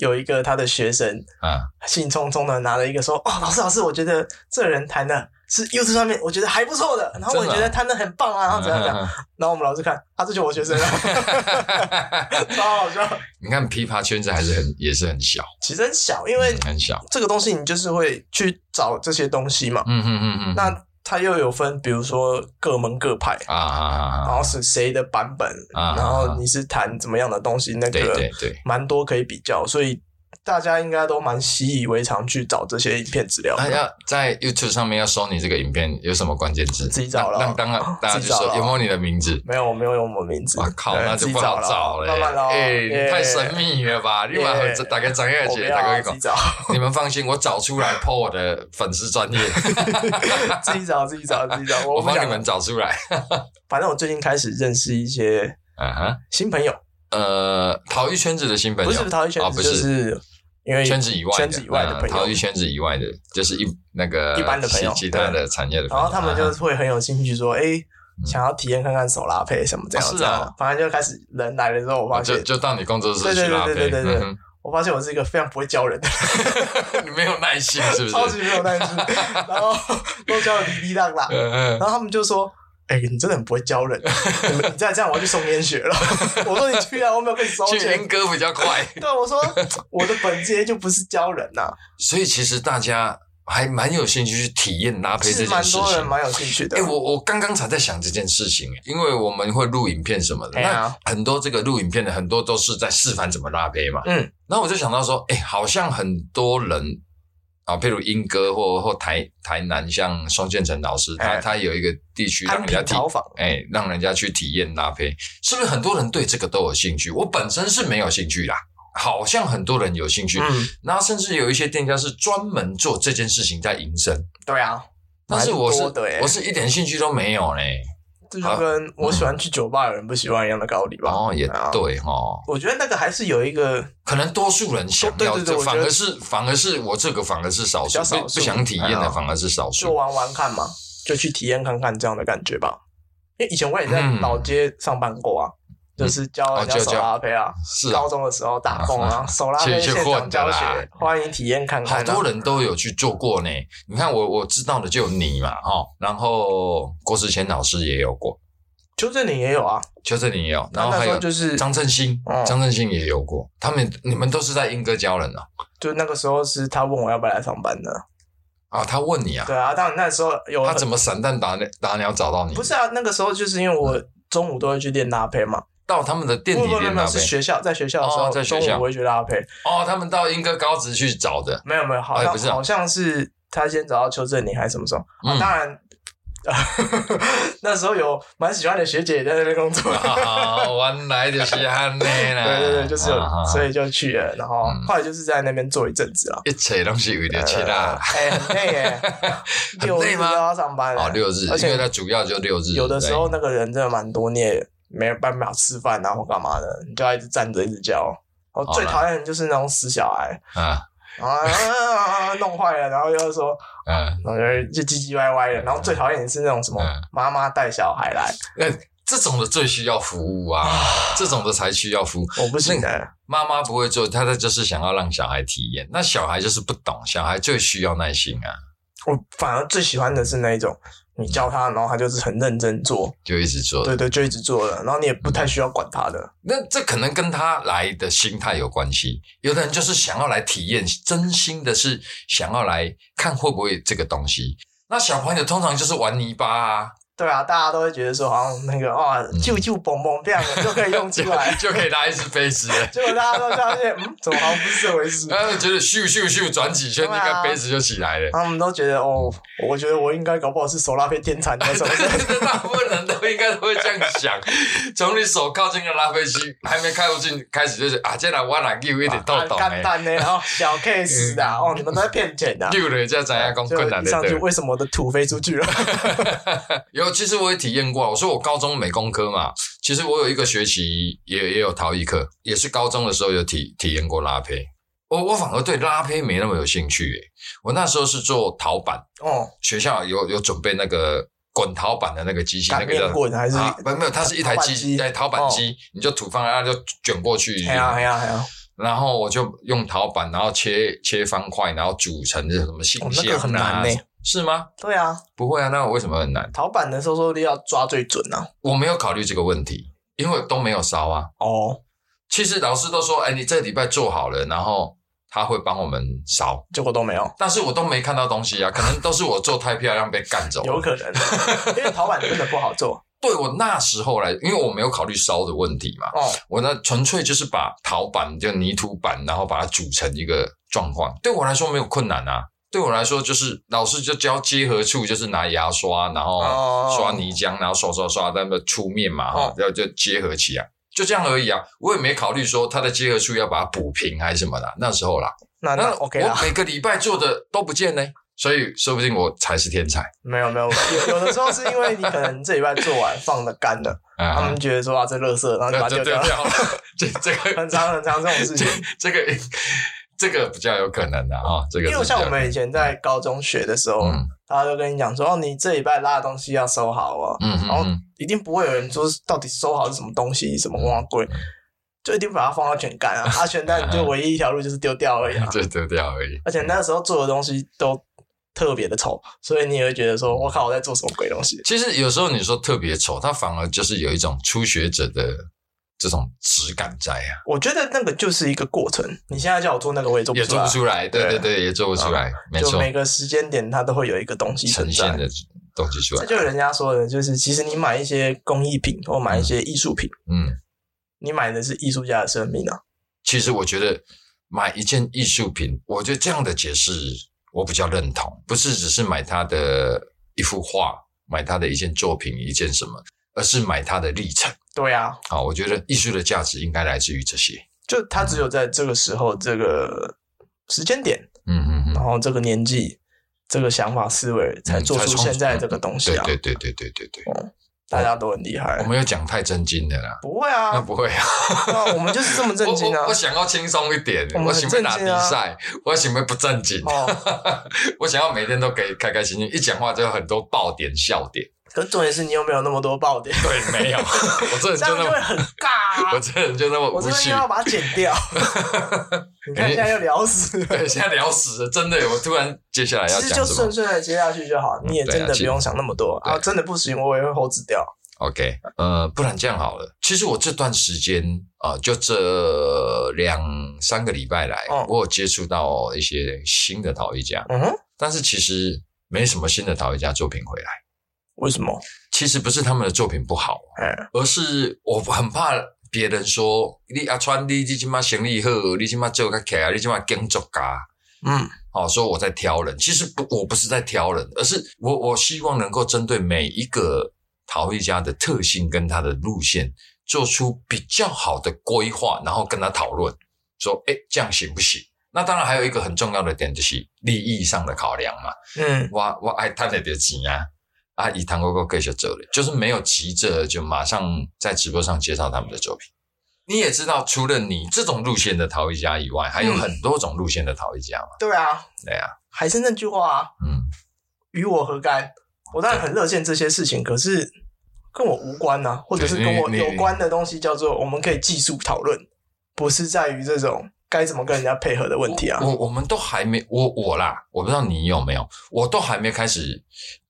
[SPEAKER 2] 有一个他的学生
[SPEAKER 1] 啊哈
[SPEAKER 2] 兴冲冲的拿了一个说：“哦，老师老师，我觉得这人弹的是 YouTube 上面我觉得还不错的，然后我
[SPEAKER 1] 真的啊
[SPEAKER 2] 觉得弹的很棒啊，然后
[SPEAKER 1] 啊，
[SPEAKER 2] 怎样怎 样。”然后我们老师看，啊，这就是我学生啊，超好笑。
[SPEAKER 1] 你看琵琶圈子还是很也是很小，嗯
[SPEAKER 2] 其实很小，因为
[SPEAKER 1] 很小。
[SPEAKER 2] 这个东西你就是会去找这些东西嘛。
[SPEAKER 1] 嗯嗯嗯嗯，
[SPEAKER 2] 那它又有分，比如说各门各派。
[SPEAKER 1] 啊啊
[SPEAKER 2] 然
[SPEAKER 1] 啊，
[SPEAKER 2] 后是谁的版本，
[SPEAKER 1] 啊
[SPEAKER 2] 然后你是弹怎么样的东西，那
[SPEAKER 1] 对对
[SPEAKER 2] 个
[SPEAKER 1] 对，
[SPEAKER 2] 蛮多可以比较，所以大家应该都蛮习以为常去找这些影片资料。
[SPEAKER 1] 那要在 YouTube 上面要搜你这个影片，有什么关键字？
[SPEAKER 2] 自己找了
[SPEAKER 1] 让让大家大家
[SPEAKER 2] 自
[SPEAKER 1] 就
[SPEAKER 2] 己找
[SPEAKER 1] 说
[SPEAKER 2] 了
[SPEAKER 1] 有没有你的名字？
[SPEAKER 2] 没有，我没有用我名字。
[SPEAKER 1] 我靠，
[SPEAKER 2] 对
[SPEAKER 1] 那就不好找
[SPEAKER 2] 自己哦
[SPEAKER 1] 了。
[SPEAKER 2] 慢慢咯。
[SPEAKER 1] 哎，
[SPEAKER 2] 耶
[SPEAKER 1] 你太神秘了吧！另外
[SPEAKER 2] 耶，
[SPEAKER 1] 大概张月
[SPEAKER 2] 我不
[SPEAKER 1] 姐，
[SPEAKER 2] 要啊
[SPEAKER 1] 大概
[SPEAKER 2] 自
[SPEAKER 1] 讲
[SPEAKER 2] 己，找，
[SPEAKER 1] 你们放心，我找出来 po 我的粉丝专业，
[SPEAKER 2] 自己找，自己找，自己找。
[SPEAKER 1] 我
[SPEAKER 2] 不
[SPEAKER 1] 帮
[SPEAKER 2] 想
[SPEAKER 1] 你们。找出来。
[SPEAKER 2] 反正我最近开始认识一些
[SPEAKER 1] 啊哈，
[SPEAKER 2] 新朋友，
[SPEAKER 1] 呃，逃逸圈子的新朋友，
[SPEAKER 2] 不是陶艺圈
[SPEAKER 1] 哦
[SPEAKER 2] 子，
[SPEAKER 1] 不
[SPEAKER 2] 就是是因为
[SPEAKER 1] 圈子以外的，
[SPEAKER 2] 圈子以外的
[SPEAKER 1] 呃
[SPEAKER 2] 朋友
[SPEAKER 1] 逃逸圈子以外的，就是一那个
[SPEAKER 2] 一般的朋友
[SPEAKER 1] 其其他的产业的朋
[SPEAKER 2] 然
[SPEAKER 1] 友，
[SPEAKER 2] 后他们
[SPEAKER 1] 啊
[SPEAKER 2] 就
[SPEAKER 1] 哈
[SPEAKER 2] 会很有兴趣说，哎、想要体验看看手拉配什么这样、
[SPEAKER 1] 哦是啊
[SPEAKER 2] 这样，反正就开始人来了之后，我发
[SPEAKER 1] 哦就
[SPEAKER 2] 现
[SPEAKER 1] 就到你工作室
[SPEAKER 2] 对对
[SPEAKER 1] 去
[SPEAKER 2] 对
[SPEAKER 1] 拉
[SPEAKER 2] 对
[SPEAKER 1] 菲，
[SPEAKER 2] 对对对
[SPEAKER 1] 嗯
[SPEAKER 2] 我发现我是一个非常不会教人的人，
[SPEAKER 1] 哼 你没有耐心是不是？
[SPEAKER 2] 超级没有耐心，然后都教的滴 滴答答，
[SPEAKER 1] 嗯嗯
[SPEAKER 2] 然后他们就说。哎、你真的很不会教人，你们你再这样我要去送 烟学了。我说你去啊，我没有跟你收
[SPEAKER 1] 去
[SPEAKER 2] 钱
[SPEAKER 1] 阉。割比较快，
[SPEAKER 2] 对，我说我的本职就不是教人 啊呐、
[SPEAKER 1] 所以其实大家还蛮有兴趣去体验拉
[SPEAKER 2] 其
[SPEAKER 1] 胚这
[SPEAKER 2] 实
[SPEAKER 1] 件
[SPEAKER 2] 蛮
[SPEAKER 1] 事
[SPEAKER 2] 多人
[SPEAKER 1] 情。
[SPEAKER 2] 蛮有兴趣的。
[SPEAKER 1] 哎、我我刚刚才在想这件事情，因为我们会录影片什么的，
[SPEAKER 2] 哎呀
[SPEAKER 1] 那很多这个录影片的很多都是在示范怎么拉胚嘛。
[SPEAKER 2] 嗯，
[SPEAKER 1] 然后我就想到说，哎、好像很多人啊，譬如英歌或或台台南，像双建成老师，他、
[SPEAKER 2] 哎
[SPEAKER 1] 他有一个地区让
[SPEAKER 2] 安
[SPEAKER 1] 人
[SPEAKER 2] 平
[SPEAKER 1] 家体
[SPEAKER 2] 陶坊，
[SPEAKER 1] 哎、让人家去体验拉胚，是不是很多人对这个都有兴趣？我本身是没有兴趣啦，好像很多人有兴趣，
[SPEAKER 2] 嗯，
[SPEAKER 1] 然后甚至有一些店家是专门做这件事情在营生，
[SPEAKER 2] 对啊，
[SPEAKER 1] 但是我是
[SPEAKER 2] 蛮多的欸
[SPEAKER 1] 我是一点兴趣都没有嘞。
[SPEAKER 2] 这就跟我喜欢去酒吧的人不喜欢一样的道理吧。
[SPEAKER 1] 嗯哦，也
[SPEAKER 2] 啊，
[SPEAKER 1] 对哦，
[SPEAKER 2] 我觉得那个还是有一个
[SPEAKER 1] 可能多数人想
[SPEAKER 2] 对
[SPEAKER 1] 要
[SPEAKER 2] 对对
[SPEAKER 1] 这，
[SPEAKER 2] 我觉
[SPEAKER 1] 反
[SPEAKER 2] 得
[SPEAKER 1] 而是反而是我这个反而是少
[SPEAKER 2] 比
[SPEAKER 1] 数
[SPEAKER 2] 较，少
[SPEAKER 1] 不
[SPEAKER 2] 数
[SPEAKER 1] 不想体验
[SPEAKER 2] 哎
[SPEAKER 1] 的
[SPEAKER 2] 呀
[SPEAKER 1] 反而是少
[SPEAKER 2] 就
[SPEAKER 1] 数。
[SPEAKER 2] 玩玩看嘛，就去体验看看这样的感觉吧。因为以前我也在
[SPEAKER 1] 嗯
[SPEAKER 2] 老街上班过啊，就是教人
[SPEAKER 1] 哦
[SPEAKER 2] 家
[SPEAKER 1] 就
[SPEAKER 2] 手拉胚啊，
[SPEAKER 1] 是啊
[SPEAKER 2] 高，中的时候打工啊，手拉胚
[SPEAKER 1] 去去
[SPEAKER 2] 现
[SPEAKER 1] 混
[SPEAKER 2] 场
[SPEAKER 1] 的
[SPEAKER 2] 教
[SPEAKER 1] 啦
[SPEAKER 2] 学，欢迎体验看看、
[SPEAKER 1] 好
[SPEAKER 2] 啊。
[SPEAKER 1] 多人都有去做过呢。你看我我知道的就有你嘛，哈、哦，然后郭志谦老师也有过，
[SPEAKER 2] 邱振宁也有啊，
[SPEAKER 1] 邱振宁也有，然
[SPEAKER 2] 他
[SPEAKER 1] 后
[SPEAKER 2] 那
[SPEAKER 1] 还
[SPEAKER 2] 时
[SPEAKER 1] 有
[SPEAKER 2] 候就是
[SPEAKER 1] 张振兴，
[SPEAKER 2] 哦
[SPEAKER 1] 张振兴也有过。他们你们都是在英歌教人啊？
[SPEAKER 2] 就那个时候是他问我要不要来上班的，
[SPEAKER 1] 啊，他问你啊，
[SPEAKER 2] 对啊，当然那时候有
[SPEAKER 1] 他怎么散弹打鸟打鸟找到你？
[SPEAKER 2] 不是啊，那个时候就是因为我中午都会去练拉胚嘛，
[SPEAKER 1] 到他们的店
[SPEAKER 2] 不
[SPEAKER 1] 里
[SPEAKER 2] 不不
[SPEAKER 1] 练
[SPEAKER 2] 没
[SPEAKER 1] 拉
[SPEAKER 2] 有是
[SPEAKER 1] 呗？
[SPEAKER 2] 学校在学校的时候，
[SPEAKER 1] 哦在学校
[SPEAKER 2] 中午我会去拉胚，
[SPEAKER 1] 哦，他们到英歌高职去找的。
[SPEAKER 2] 没有没有，好
[SPEAKER 1] 哎
[SPEAKER 2] 像、
[SPEAKER 1] 不是啊
[SPEAKER 2] 好像是他先找到邱振宁还是什么时候？啊
[SPEAKER 1] 嗯
[SPEAKER 2] 当然， 那时候有蛮喜欢的学姐也在那边 工作，
[SPEAKER 1] 啊，原来就是安尼啦。
[SPEAKER 2] 对对对，就是有，
[SPEAKER 1] 啊嗯
[SPEAKER 2] 所以就去了，然后后来就是在那边做一阵子啊。
[SPEAKER 1] 一切都是为了吃啦。
[SPEAKER 2] 哎、很累 耶，六
[SPEAKER 1] 累
[SPEAKER 2] 日都
[SPEAKER 1] 吗
[SPEAKER 2] 要上班耶
[SPEAKER 1] 哦，六日，
[SPEAKER 2] 呃哎而
[SPEAKER 1] 因为
[SPEAKER 2] 且
[SPEAKER 1] 它主要就六日。
[SPEAKER 2] 有的
[SPEAKER 1] 对
[SPEAKER 2] 时候那个人真的蛮多，你也没办法吃饭啊或干嘛的，你就要一直站着一直叫。我
[SPEAKER 1] 好啦
[SPEAKER 2] 最讨厌的就是那种死小孩
[SPEAKER 1] 啊，
[SPEAKER 2] 啊啊，弄坏了，然后又说，
[SPEAKER 1] 嗯，
[SPEAKER 2] 然后就唧唧歪歪的。然后最讨厌也是那种什么
[SPEAKER 1] 嗯
[SPEAKER 2] 妈妈带小孩来，
[SPEAKER 1] 那这种的最需要服务啊，这种的才需要服务。
[SPEAKER 2] 我不行的。
[SPEAKER 1] 妈妈不会做，她她就是想要让小孩体验。那小孩就是不懂，小孩最需要耐心啊，
[SPEAKER 2] 我反而最喜欢的是那一种，你教他，然后他就是很认真做，
[SPEAKER 1] 就一直做。
[SPEAKER 2] 对对，就一直做了，然后你也不太需要管他的。
[SPEAKER 1] 那这可能跟他来的心态有关系。有的人就是想要来体验，真心的是想要来看会不会这个东西。那小朋友通常就是玩泥巴啊，，
[SPEAKER 2] 对啊，大家都会觉得说，好像那个哇，啾啾蹦蹦这样的就可以用出来
[SPEAKER 1] 就可以拉一只杯子 了。
[SPEAKER 2] 结果大家都发现，嗯，怎么好像不是这回事？
[SPEAKER 1] 然后觉得咻咻咻转几圈，
[SPEAKER 2] 对
[SPEAKER 1] 那
[SPEAKER 2] 啊
[SPEAKER 1] 个杯子就起来了。
[SPEAKER 2] 他们都觉得哦，我觉得我应该搞不好是手拉被 天蚕的什么的。
[SPEAKER 1] 大部分人都应该都会这样想，从你手靠近的拉菲机还没靠近开始，就是啊，这来我来又一点豆豆
[SPEAKER 2] 干
[SPEAKER 1] 哎，
[SPEAKER 2] 蛋呢？哦，小 case 的哦，你们都在骗钱的。
[SPEAKER 1] 溜了才知影讲
[SPEAKER 2] 就
[SPEAKER 1] 困难
[SPEAKER 2] 一
[SPEAKER 1] 的
[SPEAKER 2] 上 去，
[SPEAKER 1] 对。
[SPEAKER 2] 为什么我的土飞出去了？
[SPEAKER 1] 有，其实我也体验过啊，我说我高中美工科嘛，其实我有一个学期也也有陶艺课，也是高中的时候有体体验过拉胚。我我反而对拉胚没那么有兴趣诶、我那时候是做陶板，
[SPEAKER 2] 哦，
[SPEAKER 1] 学校有有准备那个滚陶板的那个机器，那
[SPEAKER 2] 擀
[SPEAKER 1] 个
[SPEAKER 2] 面
[SPEAKER 1] 叫
[SPEAKER 2] 棍还是？
[SPEAKER 1] 啊，不没有，它是一台
[SPEAKER 2] 陶板
[SPEAKER 1] 机，
[SPEAKER 2] 机哦
[SPEAKER 1] 哎，陶板机，你就土放在那就卷过去。
[SPEAKER 2] 哎呀哎呀哎呀！
[SPEAKER 1] 然后我就用陶板，然后切切方块，然后组成这什么信
[SPEAKER 2] 哦那
[SPEAKER 1] 箱
[SPEAKER 2] 个
[SPEAKER 1] 啊？
[SPEAKER 2] 很难呢
[SPEAKER 1] 是吗？
[SPEAKER 2] 对啊，
[SPEAKER 1] 不会啊，那我为什么很难？
[SPEAKER 2] 陶板的收缩力要抓最准啊。
[SPEAKER 1] 我没有考虑这个问题，因为都没有烧啊。
[SPEAKER 2] 哦，
[SPEAKER 1] 其实老师都说，哎，你这个礼拜做好了，然后他会帮我们烧，
[SPEAKER 2] 结果都没有，
[SPEAKER 1] 但是我都没看到东西啊，可能都是我做太漂亮被干走了。
[SPEAKER 2] 有可 能，因为陶板真的不好做。
[SPEAKER 1] 对我那时候来，因为我没有考虑烧的问题嘛，
[SPEAKER 2] 哦，
[SPEAKER 1] 我那纯粹就是把陶板就泥土板，然后把它组成一个状况。对我来说没有困难啊，对我来说就是老师就教结合处，就是拿牙刷，然后
[SPEAKER 2] 哦
[SPEAKER 1] 刷泥浆，然后刷刷刷，那么出面嘛哈
[SPEAKER 2] 哦，
[SPEAKER 1] 然后就结合起来。就这样而已啊，我也没考虑说它的结合处要把它补平还是什么的，那时候啦。
[SPEAKER 2] 那那
[SPEAKER 1] 那
[SPEAKER 2] OK 啦
[SPEAKER 1] 我。每个礼拜做的都不见呢，所以说不定我才是天才
[SPEAKER 2] 没有没有，有有的时候是因为你可能这礼拜做完放的干了，他
[SPEAKER 1] 啊呃
[SPEAKER 2] 们！觉得说啊这垃圾，然后就把它
[SPEAKER 1] 就
[SPEAKER 2] 丢
[SPEAKER 1] 丢
[SPEAKER 2] 掉。
[SPEAKER 1] 掉了，这这个
[SPEAKER 2] 很常很常这种事情，
[SPEAKER 1] 这个这个比较有可能的啊，这个
[SPEAKER 2] 因为
[SPEAKER 1] 是比
[SPEAKER 2] 像
[SPEAKER 1] 较
[SPEAKER 2] 我们以前在高中学的时候，
[SPEAKER 1] 嗯
[SPEAKER 2] 大家都跟你讲说，哦，你这礼拜拉的东西要收好哦，
[SPEAKER 1] 嗯嗯
[SPEAKER 2] 然后
[SPEAKER 1] 嗯。
[SPEAKER 2] 一定不会有人说到底收好是什么东西，什么
[SPEAKER 1] 嗯
[SPEAKER 2] 忘贵，就一定把它放到全
[SPEAKER 1] 。
[SPEAKER 2] 干啊，啊，全干就唯一一条路就是丢掉而已啊
[SPEAKER 1] 就丢掉而已。
[SPEAKER 2] 而且那时候做的东西都特别的丑，所以你也会觉得说，我靠，我在做什么鬼东西？
[SPEAKER 1] 其实有时候你说特别丑，它反而就是有一种初学者的这种质感在啊，
[SPEAKER 2] 我觉得那个就是一个过程，你现在叫我做那个，我也做不
[SPEAKER 1] 也
[SPEAKER 2] 出
[SPEAKER 1] 做
[SPEAKER 2] 来
[SPEAKER 1] 不。出来。对对
[SPEAKER 2] 对啊
[SPEAKER 1] 对，也做不出来，没
[SPEAKER 2] 就
[SPEAKER 1] 错，
[SPEAKER 2] 每个时间点，它都会有一个东西存
[SPEAKER 1] 呈
[SPEAKER 2] 在
[SPEAKER 1] 现。的东西出
[SPEAKER 2] 这
[SPEAKER 1] 来。
[SPEAKER 2] 就是人家说的，就是其实你买一些工艺品或买一些艺术品，
[SPEAKER 1] 嗯，
[SPEAKER 2] 你买的是艺术家的生命啊。
[SPEAKER 1] 其实我觉得买一件艺术品，我觉得这样的解释我比较认同，不是只是买它的一幅画，买它的一件作品，一件什么，而是买它的历程。
[SPEAKER 2] 对啊，
[SPEAKER 1] 好，我觉得艺术的价值应该来自于这些。
[SPEAKER 2] 就他只有在这个时候、这个时间点，
[SPEAKER 1] 嗯嗯嗯
[SPEAKER 2] 然，后这个年纪、这个想法、思维，才做
[SPEAKER 1] 才
[SPEAKER 2] 出
[SPEAKER 1] 创
[SPEAKER 2] 现在这个东西
[SPEAKER 1] 对
[SPEAKER 2] 啊。
[SPEAKER 1] 对对对对对对，
[SPEAKER 2] 大家都很厉害
[SPEAKER 1] 我，没有讲太震惊的啦。
[SPEAKER 2] 不会
[SPEAKER 1] 那
[SPEAKER 2] 啊，
[SPEAKER 1] 不会啊，
[SPEAKER 2] 那我们就是这么震惊
[SPEAKER 1] 我
[SPEAKER 2] 啊
[SPEAKER 1] 我我。想要轻松一点，
[SPEAKER 2] 我
[SPEAKER 1] 我
[SPEAKER 2] 们很
[SPEAKER 1] 想要打
[SPEAKER 2] 正
[SPEAKER 1] 比
[SPEAKER 2] 经啊
[SPEAKER 1] 赛，我想要不正经，
[SPEAKER 2] 哦，
[SPEAKER 1] 我想要每天都可以开开心心，一讲话就有很多爆点笑点。
[SPEAKER 2] 可是重点是你有没有那么多爆点？
[SPEAKER 1] 对，没有， 我这人
[SPEAKER 2] 这
[SPEAKER 1] 就那
[SPEAKER 2] 样就会
[SPEAKER 1] 么，
[SPEAKER 2] 很尬
[SPEAKER 1] 我
[SPEAKER 2] 啊。
[SPEAKER 1] 这人就那么
[SPEAKER 2] 我
[SPEAKER 1] 无
[SPEAKER 2] 这边
[SPEAKER 1] 趣
[SPEAKER 2] 应该。要把它剪 掉。你看现在又聊死了。
[SPEAKER 1] 对，现在聊死了，真的，我突然接下来哎要
[SPEAKER 2] 其实就
[SPEAKER 1] 讲什
[SPEAKER 2] 顺
[SPEAKER 1] 么
[SPEAKER 2] 顺的接下去就好，
[SPEAKER 1] 嗯
[SPEAKER 2] 你也真
[SPEAKER 1] 对啊
[SPEAKER 2] 的
[SPEAKER 1] 其
[SPEAKER 2] 不用想那么多
[SPEAKER 1] 对
[SPEAKER 2] 啊。真的不行，我也会 hold 掉。
[SPEAKER 1] ？OK，呃，不然这样好了。其实我这段时间啊、呃就这两三个礼拜来，
[SPEAKER 2] 哦
[SPEAKER 1] 我有接触到一些新的陶艺家，
[SPEAKER 2] 嗯哼，
[SPEAKER 1] 但是其实没什么新的陶艺家作品回来。
[SPEAKER 2] 为什么？
[SPEAKER 1] 其实不是他们的作品不好，
[SPEAKER 2] 哎，
[SPEAKER 1] 而是我很怕别人啊说你阿川，你你今嘛行李好，你今嘛做个起来，你今嘛工作噶，
[SPEAKER 2] 嗯，
[SPEAKER 1] 好、啊哦说我在挑人，其实不，我不是在挑人，而是我我希望能够针对每一个陶艺家的特性跟他的路线，做出比较好的规划，然后跟他讨论，说，哎，这样行不行？那当然还有一个很重要的点就是利益上的考量嘛，
[SPEAKER 2] 嗯，
[SPEAKER 1] 我我爱赚得到钱啊，啊，以糖果哥继续做了，就是没有急着就马上在直播上介绍他们的作品。你也知道，除了你这种路线的陶艺家以外，还有
[SPEAKER 2] 嗯
[SPEAKER 1] 很多种路线的陶艺家嘛。
[SPEAKER 2] 对啊，
[SPEAKER 1] 对啊，
[SPEAKER 2] 还是那句话啊，
[SPEAKER 1] 嗯，
[SPEAKER 2] 与我何干？我当然很热线这些事情，可是跟我无关呐、或者是
[SPEAKER 1] 对
[SPEAKER 2] 跟我
[SPEAKER 1] 你你
[SPEAKER 2] 有关的东西叫做我们可以技术讨论，不是在于这种该怎么跟人家配合的问题啊
[SPEAKER 1] 我。我我们都还没我我啦，我不知道你有没有，我都还没开始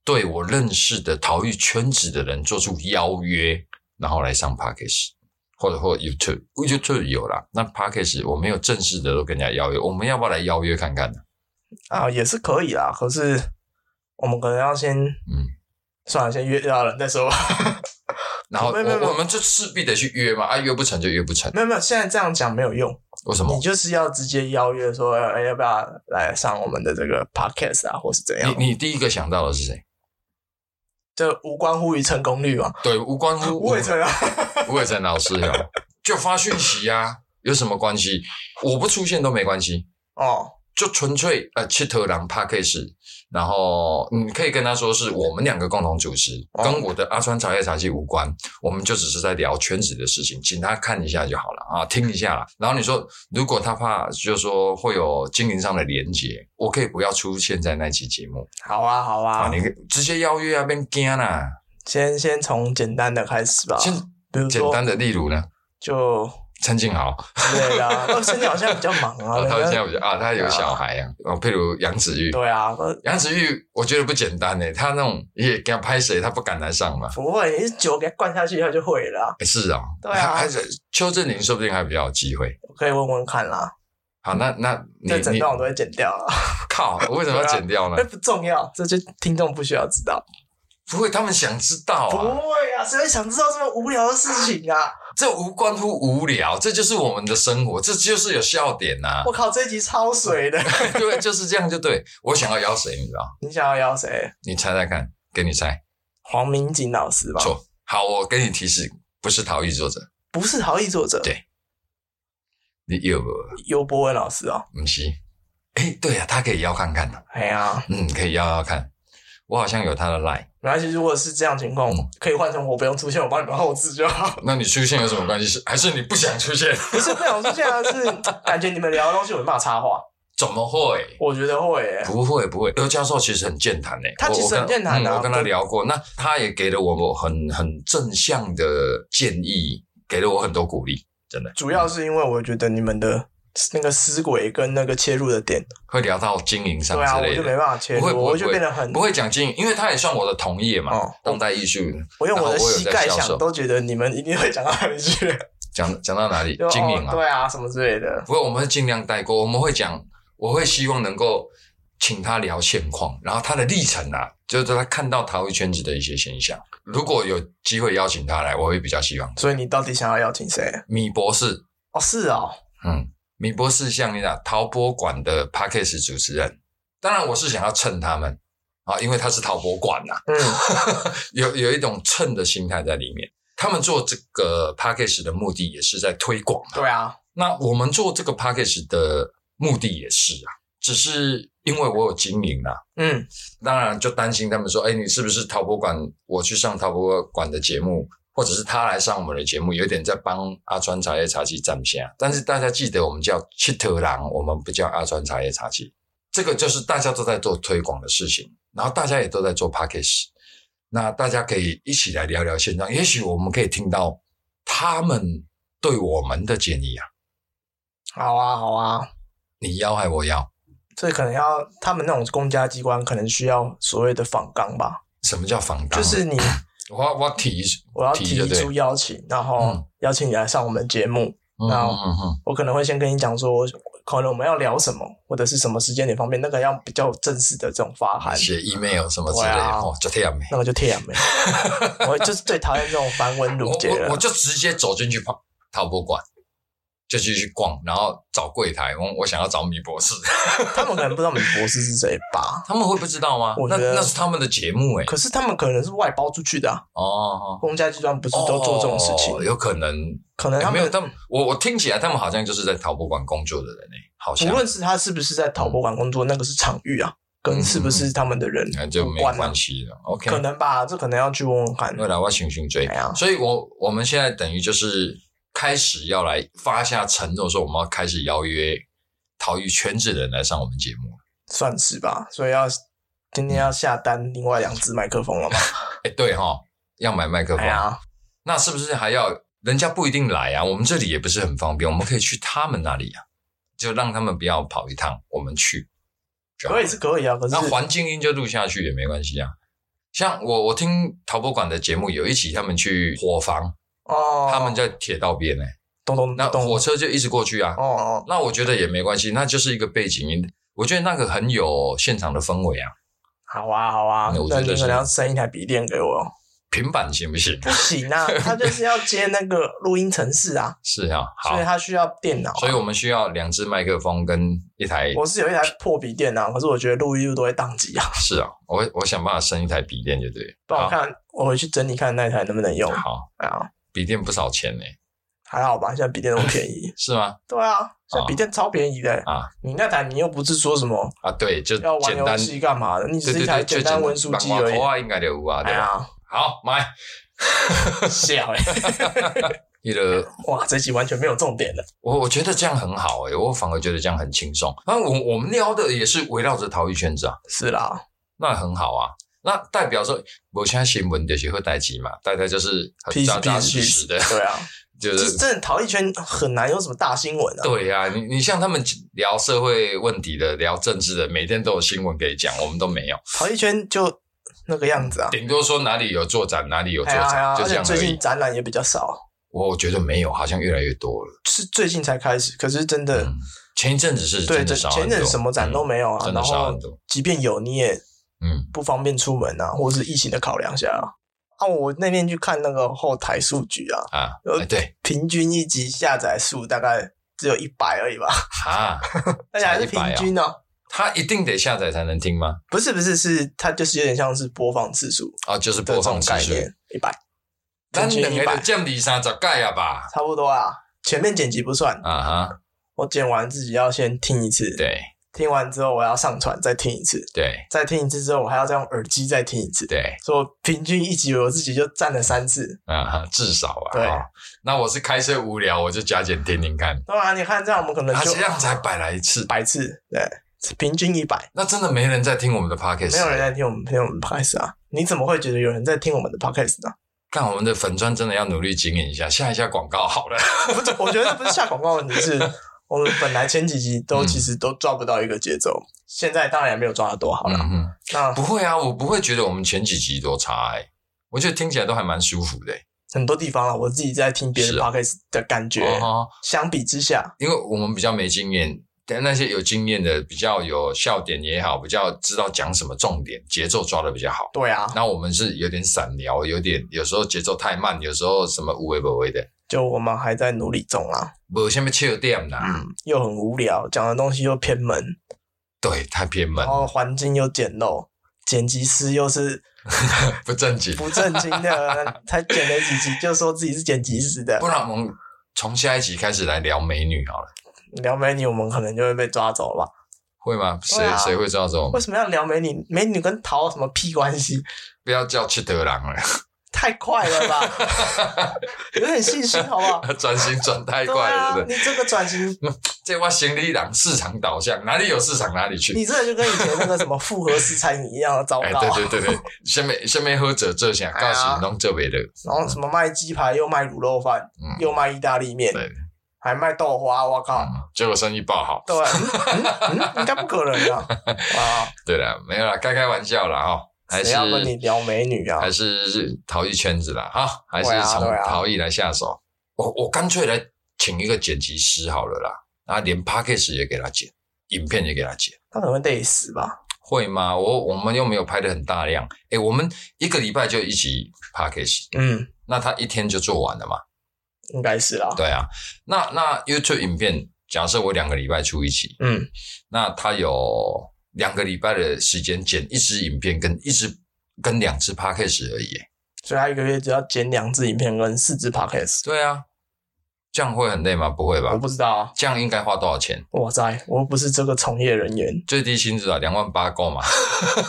[SPEAKER 1] 对我认识的陶艺圈子的人做出邀约，然后来上 p a c k a g e 或者或 YouTube，YouTube 有啦，那 p a c k a g e 我没有正式的都跟人家邀约，我们要不要来邀约看看呢？
[SPEAKER 2] 啊，也是可以啦，可是我们可能要先，
[SPEAKER 1] 嗯，
[SPEAKER 2] 算了，先约到人再说吧。
[SPEAKER 1] 然后
[SPEAKER 2] 没有没有没
[SPEAKER 1] 我
[SPEAKER 2] 有
[SPEAKER 1] 我们就势必得去约嘛，啊约不成就约不成，
[SPEAKER 2] 没有没有，现在这样讲没有用，
[SPEAKER 1] 为什
[SPEAKER 2] 你
[SPEAKER 1] 么？
[SPEAKER 2] 就是要直接邀约说，哎、要不要来上我们的这个 podcast 啊，或是怎样？
[SPEAKER 1] 你你第一个想到的是谁？
[SPEAKER 2] 这无关乎于成功率嘛，
[SPEAKER 1] 对，无关乎
[SPEAKER 2] 吴伟成啊，
[SPEAKER 1] 吴伟成老师有，就发讯息呀、啊，有什么关系？我不出现都没关系，
[SPEAKER 2] 哦，
[SPEAKER 1] 就纯粹呃七头狼 p a c k a g e 然后你可以跟他说是我们两个共同主持，
[SPEAKER 2] 嗯哦
[SPEAKER 1] 跟我的阿川茶叶茶系无关，我们就只是在聊圈子的事情，请他看一下就好了啊，听一 下啦。然后你说如果他怕，就是说会有经营上的连结，我可以不要出现在那期节目
[SPEAKER 2] 好啊好啊，
[SPEAKER 1] 啊，你可以直接邀约啊，变惊啦。
[SPEAKER 2] 先先从简单的开始吧，
[SPEAKER 1] 先
[SPEAKER 2] 比如
[SPEAKER 1] 简
[SPEAKER 2] 说
[SPEAKER 1] 单的例如呢，
[SPEAKER 2] 就
[SPEAKER 1] 陈静豪，
[SPEAKER 2] 对 啦，二生你哦好像比较 忙啊，
[SPEAKER 1] 啊，他现
[SPEAKER 2] 人
[SPEAKER 1] 在
[SPEAKER 2] 家
[SPEAKER 1] 比较啊，他有小孩啊，哦，譬如杨子玉，
[SPEAKER 2] 对啊，呃
[SPEAKER 1] 杨子玉我觉得不简单诶，他那种也给他拍谁，他不敢来上嘛。
[SPEAKER 2] 不会，你酒给他灌下去他就会了啊，
[SPEAKER 1] 诶是啊，
[SPEAKER 2] 对啊
[SPEAKER 1] 还还是邱振宁说不定还比较有机会。
[SPEAKER 2] 我可以问问看啦，
[SPEAKER 1] 好，那那你
[SPEAKER 2] 这整
[SPEAKER 1] 你
[SPEAKER 2] 段我都会剪掉了，
[SPEAKER 1] 靠，我为什么要剪掉呢
[SPEAKER 2] 那？不重要，这就听众不需要知道，
[SPEAKER 1] 不会，他们想知道
[SPEAKER 2] 不
[SPEAKER 1] 啊，
[SPEAKER 2] 会啊，谁会想知道这么无聊的事情啊？
[SPEAKER 1] 这无关乎无聊，这就是我们的生活，这就是有笑点呐、
[SPEAKER 2] 我靠，这一集超水的，
[SPEAKER 1] 对，就是这样就对。我想要邀谁，你知道？
[SPEAKER 2] 你想要邀谁？
[SPEAKER 1] 你猜猜看，给你猜。
[SPEAKER 2] 黄明景老师吧？
[SPEAKER 1] 错，好，我给你提示，不是陶艺作者，
[SPEAKER 2] 不是陶艺作者，
[SPEAKER 1] 对你有
[SPEAKER 2] 尤伯文老师哦，
[SPEAKER 1] 不是？哎，对呀、啊，他可以邀看看啊
[SPEAKER 2] 哎呀，
[SPEAKER 1] 嗯，可以邀邀看。我好像有他的 line，
[SPEAKER 2] 没关系，如果是这样情况，
[SPEAKER 1] 嗯
[SPEAKER 2] 可以换成我不用出现，我帮你们后置就好。
[SPEAKER 1] 那你出现有什么关系？是还是你不想出现？
[SPEAKER 2] 不是不想出现啊，是感觉你们聊的东西我没办法插话，
[SPEAKER 1] 怎么会？
[SPEAKER 2] 我觉得会、欸。
[SPEAKER 1] 哎不会不会，刘教授其实很健谈诶、
[SPEAKER 2] 他
[SPEAKER 1] 我
[SPEAKER 2] 其实
[SPEAKER 1] 我跟
[SPEAKER 2] 很健谈
[SPEAKER 1] 嗯
[SPEAKER 2] 啊
[SPEAKER 1] 我跟他
[SPEAKER 2] 对
[SPEAKER 1] 聊过，那他也给了我我很很正向的建议，给了我很多鼓励，真的
[SPEAKER 2] 主要是因为我觉得你们的那个思维跟那个切入的点，
[SPEAKER 1] 会聊到经营上
[SPEAKER 2] 对啊，
[SPEAKER 1] 之
[SPEAKER 2] 我
[SPEAKER 1] 类
[SPEAKER 2] 就
[SPEAKER 1] 的。
[SPEAKER 2] 没办法切
[SPEAKER 1] 不
[SPEAKER 2] 入，
[SPEAKER 1] 会不会
[SPEAKER 2] 我就变得很
[SPEAKER 1] 不，会讲经营，因为他也算我的同业嘛，
[SPEAKER 2] 哦
[SPEAKER 1] 当代艺术。
[SPEAKER 2] 我用我的
[SPEAKER 1] 然后我有
[SPEAKER 2] 膝
[SPEAKER 1] 在
[SPEAKER 2] 盖
[SPEAKER 1] 销售
[SPEAKER 2] 想都觉得你们一定会讲到 很去，
[SPEAKER 1] 讲讲到哪里
[SPEAKER 2] 就？
[SPEAKER 1] 经营
[SPEAKER 2] 哦
[SPEAKER 1] 啊，
[SPEAKER 2] 对啊，什么之类的，
[SPEAKER 1] 不过我们会尽量带过，我们会讲，我会希望能够请他聊现况，然后他的历程啊，就是他看到陶艺圈子的一些现象。如果有机会邀请他来，我会比较希望
[SPEAKER 2] 所以你到底想要邀请谁？
[SPEAKER 1] 米博士，
[SPEAKER 2] 哦，是哦，
[SPEAKER 1] 嗯，米博士像你讲陶博馆的 p a c k a g e 主持人，当然我是想要蹭他们啊，因为他是陶博馆呐、
[SPEAKER 2] 嗯，
[SPEAKER 1] 有有一种蹭的心态在里面。他们做这个 p a c k a g e 的目的也是在推广啊
[SPEAKER 2] 对啊，
[SPEAKER 1] 那我们做这个 package 的目的也是啊，只是因为我有经营啊，
[SPEAKER 2] 嗯，
[SPEAKER 1] 当然就担心他们说，哎，你是不是陶博馆？我去上陶博馆的节目，或者是他来上我们的节目，有点在帮阿川茶叶茶器占下。但是大家记得，我们叫七头狼，我们不叫阿川茶叶茶器。这个就是大家都在做推广的事情，然后大家也都在做 package。那大家可以一起来聊聊现状，也许我们可以听到他们对我们的建议啊。
[SPEAKER 2] 好啊，好啊，
[SPEAKER 1] 你要还我要？
[SPEAKER 2] 这可能要他们那种公家机关可能需要所谓的访纲吧，
[SPEAKER 1] 什么叫访谈？
[SPEAKER 2] 就是你
[SPEAKER 1] 我我提，
[SPEAKER 2] 我要
[SPEAKER 1] 提
[SPEAKER 2] 提
[SPEAKER 1] 的对
[SPEAKER 2] 出邀请，然后
[SPEAKER 1] 嗯
[SPEAKER 2] 邀请你来上我们节目，
[SPEAKER 1] 嗯
[SPEAKER 2] 那
[SPEAKER 1] 嗯嗯嗯，
[SPEAKER 2] 我可能会先跟你讲说，可能我们要聊什么，或者是什么时间点方面，那个要比较正式的这种发函，
[SPEAKER 1] 写 email 什么之类
[SPEAKER 2] 对
[SPEAKER 1] 的，
[SPEAKER 2] 啊
[SPEAKER 1] 哦，就这样没。
[SPEAKER 2] 那个就贴没。 我就是最讨厌这种繁文
[SPEAKER 1] 我
[SPEAKER 2] 缛节
[SPEAKER 1] 我
[SPEAKER 2] 了
[SPEAKER 1] 我。就直接走进去泡陶博馆，就继续逛，然后找柜台，我我想要找米博士，
[SPEAKER 2] 他们可能不知道米博士是谁吧？
[SPEAKER 1] 他们会不知道吗
[SPEAKER 2] 我？
[SPEAKER 1] 那
[SPEAKER 2] 觉得
[SPEAKER 1] 那是他们的节目哎、
[SPEAKER 2] 可是他们可能是外包出去的、啊，
[SPEAKER 1] 哦哦，
[SPEAKER 2] 公家机关不是都做这种事情？
[SPEAKER 1] 哦有可能。
[SPEAKER 2] 可能他
[SPEAKER 1] 没
[SPEAKER 2] 们
[SPEAKER 1] 有，他们我我听起来他们好像就是在陶博馆工作的人哎、好像
[SPEAKER 2] 无论是他是不是在陶博馆工作，那个是场域啊，跟是
[SPEAKER 1] 嗯
[SPEAKER 2] 不是他们的人
[SPEAKER 1] 那就
[SPEAKER 2] 无
[SPEAKER 1] 没
[SPEAKER 2] 关啊
[SPEAKER 1] 关，系了。OK，
[SPEAKER 2] 可能吧，这可能要去问问看。
[SPEAKER 1] 未来我要寻寻追
[SPEAKER 2] 哎呀，
[SPEAKER 1] 所以我我们现在等于就是开始要来发下承诺，说我们要开始邀约陶艺圈子的人来上我们节目。
[SPEAKER 2] 算是吧，所以要今天要下单另外两只麦克风了嘛？
[SPEAKER 1] 哎，对哈、要买麦克风，
[SPEAKER 2] 哎呀，
[SPEAKER 1] 那是不是还要人家不一定来啊？我们这里也不是很方便，我们可以去他们那里啊，就让他们不要跑一趟，我们去。就好
[SPEAKER 2] 可以是可以啊，可是
[SPEAKER 1] 那环境音就录下去也没关系啊。像我我听陶博馆的节目，有一期他们去伙房，
[SPEAKER 2] 哦，
[SPEAKER 1] 他们在铁道边呢、
[SPEAKER 2] 咚咚
[SPEAKER 1] 那
[SPEAKER 2] 咚
[SPEAKER 1] 火车就一直过去啊。
[SPEAKER 2] 哦哦，
[SPEAKER 1] 那我觉得也没关系，那就是一个背景音，我觉得那个很有现场的氛围啊。
[SPEAKER 2] 好啊好啊
[SPEAKER 1] 那我，觉
[SPEAKER 2] 那
[SPEAKER 1] 得
[SPEAKER 2] 你
[SPEAKER 1] 是
[SPEAKER 2] 可能要生一台笔电给我哦，
[SPEAKER 1] 平板行不行？
[SPEAKER 2] 不行啊，他就是要接那个录音程式啊，
[SPEAKER 1] 是啊，好
[SPEAKER 2] 所以，他需要电脑啊，
[SPEAKER 1] 所以我们需要两只麦克风跟一台。
[SPEAKER 2] 我是有一台破笔电啊，可是我觉得录音都会宕机啊，
[SPEAKER 1] 是啊，我我想办法生一台笔电就对了。
[SPEAKER 2] 不好
[SPEAKER 1] 好，
[SPEAKER 2] 看，我回去整理看那台能不能用
[SPEAKER 1] 好，
[SPEAKER 2] 啊。
[SPEAKER 1] 笔电不少钱呢、。
[SPEAKER 2] 还好吧，现在笔电那么便宜
[SPEAKER 1] 是吗？
[SPEAKER 2] 对啊，现在笔电超便宜的、
[SPEAKER 1] 啊
[SPEAKER 2] 你那台你又不是说什么
[SPEAKER 1] 啊，对，就
[SPEAKER 2] 要玩
[SPEAKER 1] 简
[SPEAKER 2] 游
[SPEAKER 1] 单，
[SPEAKER 2] 戏干嘛的，你
[SPEAKER 1] 对
[SPEAKER 2] 只是一
[SPEAKER 1] 对
[SPEAKER 2] 台
[SPEAKER 1] 对，最简
[SPEAKER 2] 简
[SPEAKER 1] 单
[SPEAKER 2] 单文书机而
[SPEAKER 1] 版画图
[SPEAKER 2] 已。
[SPEAKER 1] 画应该就有啊，
[SPEAKER 2] 哎
[SPEAKER 1] 对吧？
[SPEAKER 2] 呀，
[SPEAKER 1] 好，买。
[SPEAKER 2] 笑哎、
[SPEAKER 1] 你的
[SPEAKER 2] 哇，这集完全没有重点了。
[SPEAKER 1] 我我觉得这样很好诶、我反而觉得这样很轻松。那我我们聊的也是围绕着陶艺圈子啊，
[SPEAKER 2] 是啦，
[SPEAKER 1] 那很好啊。那代表说，我现在新闻有些会待机嘛，大家就是很
[SPEAKER 2] Peace,
[SPEAKER 1] 扎扎
[SPEAKER 2] peace,
[SPEAKER 1] 实实的，
[SPEAKER 2] 对啊，
[SPEAKER 1] 就
[SPEAKER 2] 就是是真的逃一圈很难有什么大新闻啊。
[SPEAKER 1] 对呀、你你像他们聊社会问题的、聊政治的，每天都有新闻可以讲，我们都没有，
[SPEAKER 2] 逃一圈就那个样子啊。
[SPEAKER 1] 顶多说哪里有做展，哪里有做
[SPEAKER 2] 哎呀哎
[SPEAKER 1] 展，
[SPEAKER 2] 呀，
[SPEAKER 1] 就
[SPEAKER 2] 而
[SPEAKER 1] 这
[SPEAKER 2] 且
[SPEAKER 1] 样
[SPEAKER 2] 最
[SPEAKER 1] 而
[SPEAKER 2] 近
[SPEAKER 1] 已。
[SPEAKER 2] 展览也比较少，
[SPEAKER 1] 我觉得没有，好像越来越多了。
[SPEAKER 2] 是最近才开始。可是真的，
[SPEAKER 1] 嗯，前一阵子是
[SPEAKER 2] 对，
[SPEAKER 1] 真
[SPEAKER 2] 这
[SPEAKER 1] 的少
[SPEAKER 2] 前
[SPEAKER 1] 很多，嗯
[SPEAKER 2] 阵什么展都没有啊。
[SPEAKER 1] 真的
[SPEAKER 2] 然
[SPEAKER 1] 少
[SPEAKER 2] 后
[SPEAKER 1] 很多。
[SPEAKER 2] 即便有，你也
[SPEAKER 1] 嗯，
[SPEAKER 2] 不方便出门啊，或者是疫情的考量下啊。啊，我那天去看那个后台数据啊，
[SPEAKER 1] 啊，
[SPEAKER 2] 呃
[SPEAKER 1] 哎对
[SPEAKER 2] 平均一集下载数大概只有一百而已吧，
[SPEAKER 1] 啊，
[SPEAKER 2] 而且还 是
[SPEAKER 1] 才100啊
[SPEAKER 2] 平均哦、
[SPEAKER 1] 他一定得下载才能听吗？
[SPEAKER 2] 不是不是，是它就是有点像是播放次数
[SPEAKER 1] 哦，就是
[SPEAKER 2] 的
[SPEAKER 1] 播
[SPEAKER 2] 这
[SPEAKER 1] 放
[SPEAKER 2] 种
[SPEAKER 1] 次
[SPEAKER 2] 概
[SPEAKER 1] 数。
[SPEAKER 2] 念，一百
[SPEAKER 1] 咱
[SPEAKER 2] 平均
[SPEAKER 1] 两
[SPEAKER 2] 一
[SPEAKER 1] 个
[SPEAKER 2] 百
[SPEAKER 1] 就降低三十盖啊吧？
[SPEAKER 2] 差不多啊。前面剪辑不算，
[SPEAKER 1] 啊哈，
[SPEAKER 2] 我剪完自己要先听一次，
[SPEAKER 1] 对
[SPEAKER 2] 听完之后我要上传再听一次，
[SPEAKER 1] 对
[SPEAKER 2] 再听一次之后我还要再用耳机再听一次，
[SPEAKER 1] 对，
[SPEAKER 2] 所以我平均一集我自己就占了三次。
[SPEAKER 1] 啊 哈，至少啊。
[SPEAKER 2] 对
[SPEAKER 1] 哦那我是开车无聊，我就加减听听看。
[SPEAKER 2] 当然你看这样我们可能
[SPEAKER 1] 他
[SPEAKER 2] 就
[SPEAKER 1] 啊这样才百来一次，
[SPEAKER 2] 百次，对，平均一百，
[SPEAKER 1] 那真的没人在听我们的 podcast。
[SPEAKER 2] 没有人在听我们听我们的 podcast 啊？你怎么会觉得有人在听我们的 podcast 呢？
[SPEAKER 1] 干我们的粉砖真的要努力经营一下，下一下广告好了。
[SPEAKER 2] 不是，我觉得这不是下广告问题，是我们本来前几集
[SPEAKER 1] 嗯
[SPEAKER 2] 都其实都抓不到一个节奏，现在当然也没有抓得多 好了。
[SPEAKER 1] 嗯哼，
[SPEAKER 2] 那
[SPEAKER 1] 不会啊，我不会觉得我们前几集多差哎，我觉得听起来都还蛮舒服的欸。
[SPEAKER 2] 很多地方了，我自己在听别人
[SPEAKER 1] 是啊
[SPEAKER 2] podcast 的感觉，
[SPEAKER 1] 哦哈
[SPEAKER 2] 相比之下，
[SPEAKER 1] 因为我们比较没经验，但那些有经验的比较有笑点也好，比较知道讲什么重点，节奏抓的比较好。
[SPEAKER 2] 对啊，
[SPEAKER 1] 那我们是有点散聊，有点有时候节奏太慢，有时候什么无为不为的，
[SPEAKER 2] 就我们还在努力中啊。
[SPEAKER 1] 没什么切点啦。
[SPEAKER 2] 嗯，又很无聊，讲的东西又偏门，
[SPEAKER 1] 对，太偏门
[SPEAKER 2] 然，后环境又简陋。剪辑师又是
[SPEAKER 1] 不正经。
[SPEAKER 2] 不正经的，才剪了几集就说自己是剪辑师的
[SPEAKER 1] 不，然我们从下一集开始来聊美女好了，
[SPEAKER 2] 聊美女我们可能就会被抓走吧？
[SPEAKER 1] 会吗？谁
[SPEAKER 2] 对啊
[SPEAKER 1] 谁会知道这种
[SPEAKER 2] 为？什么要聊美女？美女跟桃有什么屁关系？
[SPEAKER 1] 不要叫去德郎了，
[SPEAKER 2] 太快了吧，有点信心好不好？
[SPEAKER 1] 转型转太快
[SPEAKER 2] 对
[SPEAKER 1] 了，
[SPEAKER 2] 啊
[SPEAKER 1] 对不，对？
[SPEAKER 2] 你这个转型，
[SPEAKER 1] 这话行李党市场导向，哪里有市场哪里去。
[SPEAKER 2] 你这个就跟以前那个什么复合式餐饮一样的啊糟
[SPEAKER 1] 哎，
[SPEAKER 2] 糕。
[SPEAKER 1] 对对对对，下面下面喝者这想告
[SPEAKER 2] 哎
[SPEAKER 1] 诉你弄这边的，
[SPEAKER 2] 然后什么卖鸡排，又卖卤肉饭，
[SPEAKER 1] 嗯，
[SPEAKER 2] 又卖意大利面，
[SPEAKER 1] 对，
[SPEAKER 2] 还卖豆花，我靠！
[SPEAKER 1] 嗯，结果生意爆好。
[SPEAKER 2] 对，嗯嗯嗯应该不可能 的啊！
[SPEAKER 1] 对了，没有啦，开开玩笑啦哈，还是
[SPEAKER 2] 谁要跟你聊美女啊
[SPEAKER 1] 还？是陶艺圈子啦哈，还是
[SPEAKER 2] 对啊
[SPEAKER 1] 从
[SPEAKER 2] 对啊
[SPEAKER 1] 陶艺来下手。我我干脆来请一个剪辑师好了啦，然后连 p a c k a g e 也给他剪，影片也给他剪。
[SPEAKER 2] 他可能会累死吧？
[SPEAKER 1] 会吗？我我们又没有拍的很大量，诶，我们一个礼拜就一集 p a c k a g e
[SPEAKER 2] 嗯，
[SPEAKER 1] 那他一天就做完了嘛？
[SPEAKER 2] 应该是啦。
[SPEAKER 1] 对啊，那那 YouTube 影片，假设我两个礼拜出一期，
[SPEAKER 2] 嗯，
[SPEAKER 1] 那它有两个礼拜的时间剪一支影片跟一支跟两支 podcast 而已耶。
[SPEAKER 2] 所以他一个月只要剪两支影片跟四支 podcast，
[SPEAKER 1] 对啊，这样会很累吗？不会
[SPEAKER 2] 我
[SPEAKER 1] 吧？
[SPEAKER 2] 不知道啊，
[SPEAKER 1] 这样应该花多少钱？，
[SPEAKER 2] 我在，我又不是这个从业人员
[SPEAKER 1] 最低薪资啊，两万八够吗？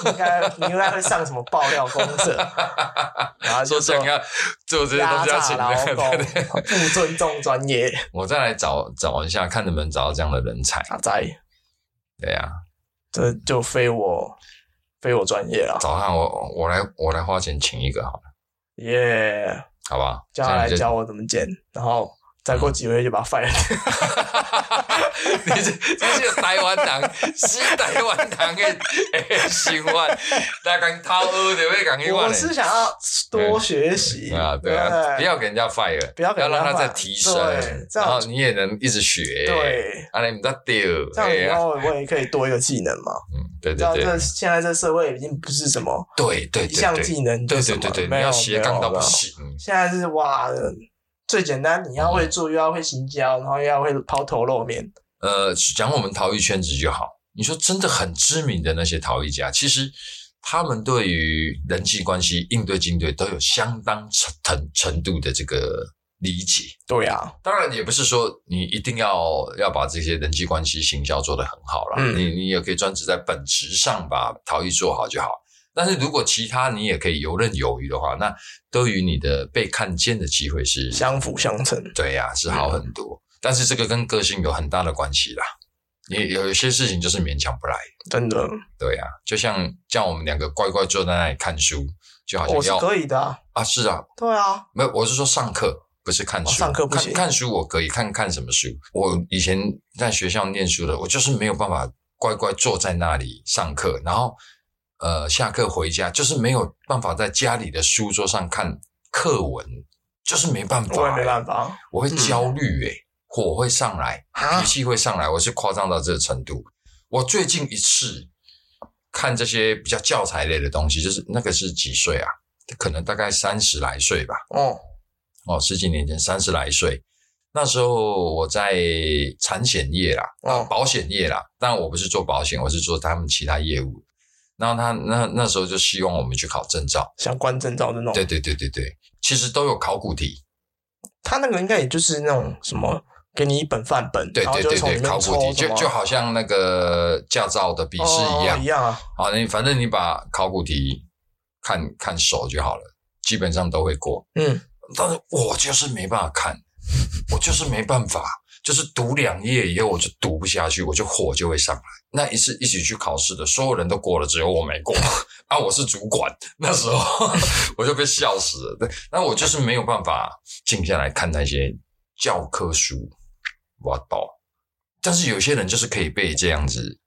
[SPEAKER 2] 应该你应该会上什么爆料公社，然后
[SPEAKER 1] 说
[SPEAKER 2] 就
[SPEAKER 1] 这样要做这些东
[SPEAKER 2] 压
[SPEAKER 1] 西要
[SPEAKER 2] 榨
[SPEAKER 1] 请
[SPEAKER 2] 劳
[SPEAKER 1] 那
[SPEAKER 2] 工
[SPEAKER 1] 个，对对，
[SPEAKER 2] 不尊重专业，
[SPEAKER 1] 我再来找找一下，看能不能找到这样的人才。
[SPEAKER 2] 阿仔，
[SPEAKER 1] 对啊，
[SPEAKER 2] 这就非我非我专业了，啊
[SPEAKER 1] 早上我我来我来花钱请一个好了，
[SPEAKER 2] 耶、
[SPEAKER 1] 好不好？
[SPEAKER 2] 叫他来
[SPEAKER 1] 这样
[SPEAKER 2] 教我怎么剪，然后再过几个月就把它 fire 掉。
[SPEAKER 1] 你就。你这这是台湾人，是台湾人的的生活，大家偷学就要讲去
[SPEAKER 2] 我
[SPEAKER 1] 玩
[SPEAKER 2] 是想要多学习
[SPEAKER 1] 啊，对啊，不要给人家 fire，
[SPEAKER 2] 不要给人家
[SPEAKER 1] 让他
[SPEAKER 2] fire，
[SPEAKER 1] 再提升
[SPEAKER 2] 对，这
[SPEAKER 1] 然
[SPEAKER 2] 样
[SPEAKER 1] 后你也能一直学，，
[SPEAKER 2] 对，
[SPEAKER 1] 啊，你不要丢，
[SPEAKER 2] 这样以
[SPEAKER 1] 啊，
[SPEAKER 2] 后我也可以多一个技能嘛。
[SPEAKER 1] 嗯，对
[SPEAKER 2] 你知道
[SPEAKER 1] 对对
[SPEAKER 2] 这，现在这社会已经不是什么
[SPEAKER 1] 对对
[SPEAKER 2] 一项
[SPEAKER 1] 对对，
[SPEAKER 2] 技能就
[SPEAKER 1] 对
[SPEAKER 2] 什
[SPEAKER 1] 对
[SPEAKER 2] 么，
[SPEAKER 1] 对对，
[SPEAKER 2] 没
[SPEAKER 1] 你
[SPEAKER 2] 有
[SPEAKER 1] 要斜杠到
[SPEAKER 2] 没有
[SPEAKER 1] 不
[SPEAKER 2] 没有
[SPEAKER 1] 行，
[SPEAKER 2] 现在是哇，最简单，你要会做，又要会行销，然后又要会抛头露面。
[SPEAKER 1] 呃，讲我们陶艺圈子就好。你说真的很知名的那些陶艺家，其实他们对于人际关系、应对进退都有相当程程度的这个理解。
[SPEAKER 2] 对啊，
[SPEAKER 1] 当然，也不是说你一定要要把这些人际关系、行销做得很好啦，
[SPEAKER 2] 嗯
[SPEAKER 1] 你你也可以专职在本职上把陶艺做好就好。但是如果其他你也可以游刃有余的话，那对于你的被看见的机会是，
[SPEAKER 2] 相辅相成。
[SPEAKER 1] 对呀、是好很多。但是这个跟个性有很大的关系啦。你有一些事情就是勉强不来，
[SPEAKER 2] 真的，
[SPEAKER 1] 对呀、就像像我们两个乖乖坐在那里看书，就好
[SPEAKER 2] 我
[SPEAKER 1] 像
[SPEAKER 2] 是
[SPEAKER 1] 要
[SPEAKER 2] 可以的啊。
[SPEAKER 1] 啊，是啊，
[SPEAKER 2] 对啊，
[SPEAKER 1] 没有，我是说上课，不是看书。
[SPEAKER 2] 哦上课不行
[SPEAKER 1] 看看书我可以看看什么书。我以前在学校念书的，我就是没有办法乖乖坐在那里上课，然后呃下课回家，就是没有办法在家里的书桌上看课文，就是没办法、
[SPEAKER 2] 我也没办法。
[SPEAKER 1] 我会焦虑诶、欸火会上来，
[SPEAKER 2] 啊
[SPEAKER 1] 脾气会上来，我是夸张到这个程度。我最近一次看这些比较教材类的东西，就是那个是几岁啊？可能大概三十来岁吧，
[SPEAKER 2] 哦，
[SPEAKER 1] 哦，十几年前三十来岁，那时候我在产险业啦，
[SPEAKER 2] 哦
[SPEAKER 1] 保险业啦，但我不是做保险，我是做他们其他业务。然后他那那时候就希望我们去考证照，
[SPEAKER 2] 相关证照这种，
[SPEAKER 1] 对对对对对，其实都有考古题，
[SPEAKER 2] 他那个应该也就是那种什么，给你一本范本，
[SPEAKER 1] 对
[SPEAKER 2] 然后
[SPEAKER 1] 对
[SPEAKER 2] 就
[SPEAKER 1] 对
[SPEAKER 2] 从里
[SPEAKER 1] 对，
[SPEAKER 2] 面
[SPEAKER 1] 考古
[SPEAKER 2] 抽
[SPEAKER 1] 题
[SPEAKER 2] 什
[SPEAKER 1] 就
[SPEAKER 2] 么
[SPEAKER 1] 就好像那个驾照的笔试一
[SPEAKER 2] 哦
[SPEAKER 1] 样
[SPEAKER 2] 一样啊。
[SPEAKER 1] 啊，你反正你把考古题看看熟就好了，基本上都会过。
[SPEAKER 2] 嗯，
[SPEAKER 1] 但是我就是没办法看，我就是没办法，就是读两页以后我就读不下去，我就火就会上来。那一次一起去考试的所有人都过了，只有我没过 啊！我是主管，那时候 我就被笑死了。对，那我就是没有办法静下来看那些教科书，我懂。但是有些人就是可以被这样子，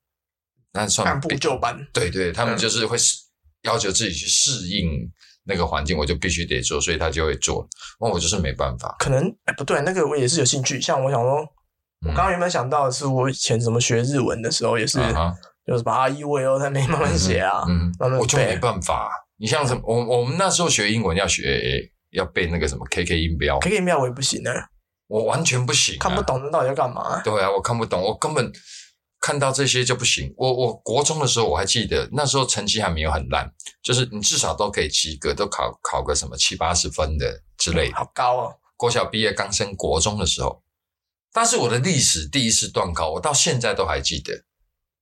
[SPEAKER 1] 那算
[SPEAKER 2] 按部
[SPEAKER 1] 被
[SPEAKER 2] 就班。
[SPEAKER 1] 对对，他们
[SPEAKER 2] 嗯
[SPEAKER 1] 就是会适要求自己去适应那个环境，我就必须得做，所以他就会做。那我就是没办法。
[SPEAKER 2] 可能哎、不对，那个我也是有兴趣。像我想说，
[SPEAKER 1] 嗯
[SPEAKER 2] 我刚刚原本想到的是，我以前怎么学日文的时候，也是
[SPEAKER 1] 啊哈
[SPEAKER 2] 就是把阿一我又哦在那边慢慢写啊。
[SPEAKER 1] 嗯
[SPEAKER 2] 慢，慢
[SPEAKER 1] 我就
[SPEAKER 2] 背
[SPEAKER 1] 没办法。你像什么？我我们那时候学英文要学要背那个什么 KK 音标，
[SPEAKER 2] K K 妙我也不行呢、
[SPEAKER 1] 我完全不行、啊
[SPEAKER 2] 看不。懂那到底要干嘛、
[SPEAKER 1] 对啊，我看不懂，我根本看到这些就不行。我我国中的时候我还记得，那时候成绩还没有很烂，就是你至少都可以及格，都考考个什么七八十分的之类的。
[SPEAKER 2] 好高哦，
[SPEAKER 1] 国小毕业刚升国中的时候，但是我的历史第一次断考，我到现在都还记得。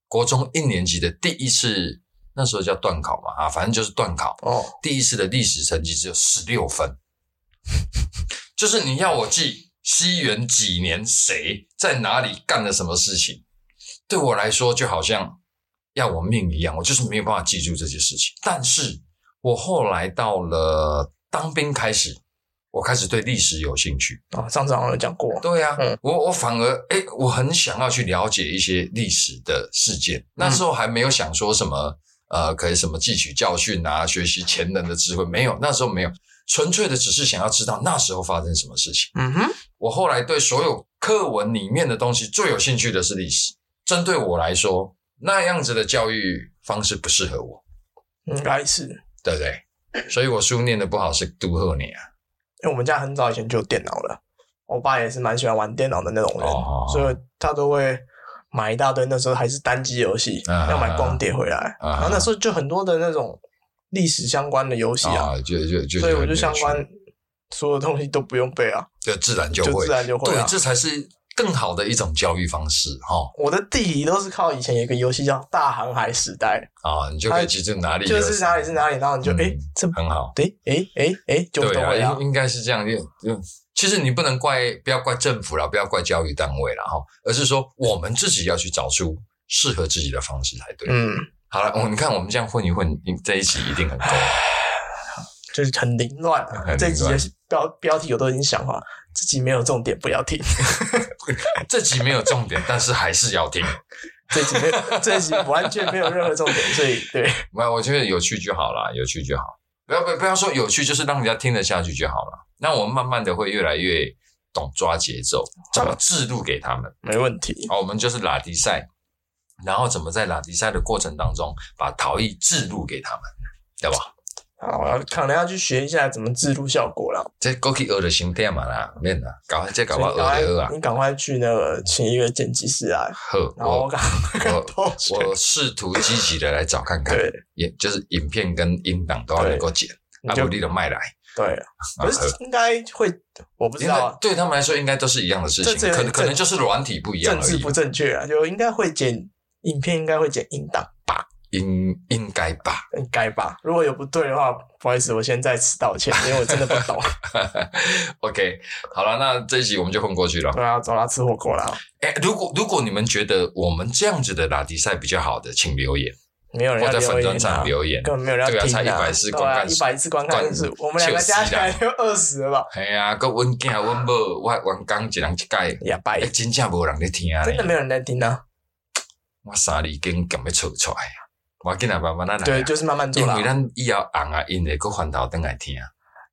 [SPEAKER 1] 国中一年级的第一次，那时候叫断考嘛，啊，反正就是断考。
[SPEAKER 2] 哦，
[SPEAKER 1] 第一次的历史成绩只有十六分， 就是你要我记西元几年谁在哪里干了什么事情，对我来说就好像要我命一样，我就是没有办法记住这些事情。但是我后来到了当兵开始，我开始对历史有兴趣。
[SPEAKER 2] 啊，上次好像有讲过，
[SPEAKER 1] 对呀、
[SPEAKER 2] 嗯
[SPEAKER 1] 我我反而哎、诶我很想要去了解一些历史的事
[SPEAKER 2] 嗯
[SPEAKER 1] 件。那时候还没有想说什么呃，可以什么汲取教训啊，学习前人的智慧，没有，那时候没有，纯粹的只是想要知道那时候发生什么事情。
[SPEAKER 2] 嗯哼，
[SPEAKER 1] 我后来对所有课文里面的东西最有兴趣的是历史。针对我来说，那样子的教育方式不适合我，
[SPEAKER 2] 嗯应该是，因
[SPEAKER 1] 对不对？所以我书念的不好是杜贺你啊，
[SPEAKER 2] 为我们家很早以前就有电脑了，我爸也是蛮喜欢玩电脑的那种人，
[SPEAKER 1] 哦
[SPEAKER 2] 所以他都会买一大堆。那时候还是单机游戏，
[SPEAKER 1] 啊
[SPEAKER 2] 要买光碟回来。
[SPEAKER 1] 啊
[SPEAKER 2] 然后那时候就很多的那种历史相关的游戏啊，
[SPEAKER 1] 啊，就就就
[SPEAKER 2] 所以
[SPEAKER 1] 很
[SPEAKER 2] 我就
[SPEAKER 1] 有
[SPEAKER 2] 相
[SPEAKER 1] 趣
[SPEAKER 2] 关所有东西都不用背啊，
[SPEAKER 1] 就自然就
[SPEAKER 2] 就
[SPEAKER 1] 会
[SPEAKER 2] 自，然就会
[SPEAKER 1] 对
[SPEAKER 2] 啊，。
[SPEAKER 1] 这才是更好的一种教育方式哈
[SPEAKER 2] 我的地理都是靠以前有一个游戏叫《大航海时代
[SPEAKER 1] 啊，你就可以记住哪》，里有
[SPEAKER 2] 就是哪里是哪里，然后你就
[SPEAKER 1] 嗯
[SPEAKER 2] 哎、这
[SPEAKER 1] 很好。
[SPEAKER 2] 诶诶诶诶，就
[SPEAKER 1] 对
[SPEAKER 2] 懂了
[SPEAKER 1] 啊，
[SPEAKER 2] 呀
[SPEAKER 1] 应。应该是这样。就就其实你不能怪，不要怪政府啦，不要怪教育单位啦，哈，而是说我们自己要去找出适合自己的方式才对。
[SPEAKER 2] 嗯，
[SPEAKER 1] 好了，哦我你看我们这样混一混，你这一集一定很 够。
[SPEAKER 2] 就是很凌乱啊。
[SPEAKER 1] 很凌乱
[SPEAKER 2] 这集的标标题我都已经想好了，这集没有重点，不要听。
[SPEAKER 1] 这集没有重点，但是还是要听。
[SPEAKER 2] 这集没 有，这集完全没有任何重点，所以对，
[SPEAKER 1] 没有，我觉得有趣就好啦，有趣就好。不要不要不要说有趣，就是让人家听得下去就好了。那我们慢慢的会越来越懂抓节奏，怎么制度给他们。
[SPEAKER 2] 没问题。
[SPEAKER 1] 哦好，我们就是拉迪赛，然后怎么在拉迪赛的过程当中把陶艺置入给他们，对吧？
[SPEAKER 2] 好，我要可能要去学一下怎么制度效果了。
[SPEAKER 1] 这过去学的心点嘛啦，免啦，搞快这搞我
[SPEAKER 2] 所
[SPEAKER 1] 学的
[SPEAKER 2] 以你赶快
[SPEAKER 1] 学啊，
[SPEAKER 2] 你赶快去那个请一个剪辑师来，
[SPEAKER 1] 好，
[SPEAKER 2] 然后
[SPEAKER 1] 我
[SPEAKER 2] 我赶
[SPEAKER 1] 我
[SPEAKER 2] 快偷学。
[SPEAKER 1] 我试图积极的来找看看，
[SPEAKER 2] 对
[SPEAKER 1] 也就是影片跟音档都要能够剪，啊阿
[SPEAKER 2] 你就
[SPEAKER 1] 布利的卖来，
[SPEAKER 2] 对，
[SPEAKER 1] 啊
[SPEAKER 2] 可是应该会，我不知
[SPEAKER 1] 因
[SPEAKER 2] 道
[SPEAKER 1] 为
[SPEAKER 2] 啊，
[SPEAKER 1] 对他们来说应该都是一样的事情，
[SPEAKER 2] 这这
[SPEAKER 1] 可能可能
[SPEAKER 2] 这
[SPEAKER 1] 就是软体不一样
[SPEAKER 2] 政
[SPEAKER 1] 而
[SPEAKER 2] 治
[SPEAKER 1] 已
[SPEAKER 2] 不，正确啊，就应该会剪影片，应该会剪音档，
[SPEAKER 1] 应应该吧。
[SPEAKER 2] 应该吧？如果有不对的话，不好意思，我先在此道歉，因为我真的不 懂。
[SPEAKER 1] OK，好了，那这一集我们就混过去了。
[SPEAKER 2] 对啊，走啦，吃火锅啦。
[SPEAKER 1] 哎，如果如果你们觉得我们这样子的拉迪赛比较好的，请留言
[SPEAKER 2] 没有人
[SPEAKER 1] 或
[SPEAKER 2] 要
[SPEAKER 1] 者粉
[SPEAKER 2] 留
[SPEAKER 1] 专
[SPEAKER 2] 言啊
[SPEAKER 1] 上，留言。
[SPEAKER 2] 根本没有人
[SPEAKER 1] 对
[SPEAKER 2] 要
[SPEAKER 1] 啊，
[SPEAKER 2] 听
[SPEAKER 1] 才一
[SPEAKER 2] 啊！
[SPEAKER 1] 百四观看
[SPEAKER 2] 一
[SPEAKER 1] 数，
[SPEAKER 2] 百次观看人数，我们两个加起来就二十了吧？
[SPEAKER 1] 哎呀，个阮囝阮某，我阮工一人一届，
[SPEAKER 2] 也 拜
[SPEAKER 1] 哎，，真正无人咧听
[SPEAKER 2] 真的
[SPEAKER 1] 咧。
[SPEAKER 2] 没有人在听啊！
[SPEAKER 1] 我三二经咁要出出来啊，我今仔慢慢仔来
[SPEAKER 2] 对，
[SPEAKER 1] 啊。
[SPEAKER 2] 就是慢慢做
[SPEAKER 1] 因
[SPEAKER 2] 啦
[SPEAKER 1] 为，咱以后红啊，因会佫反头转来听。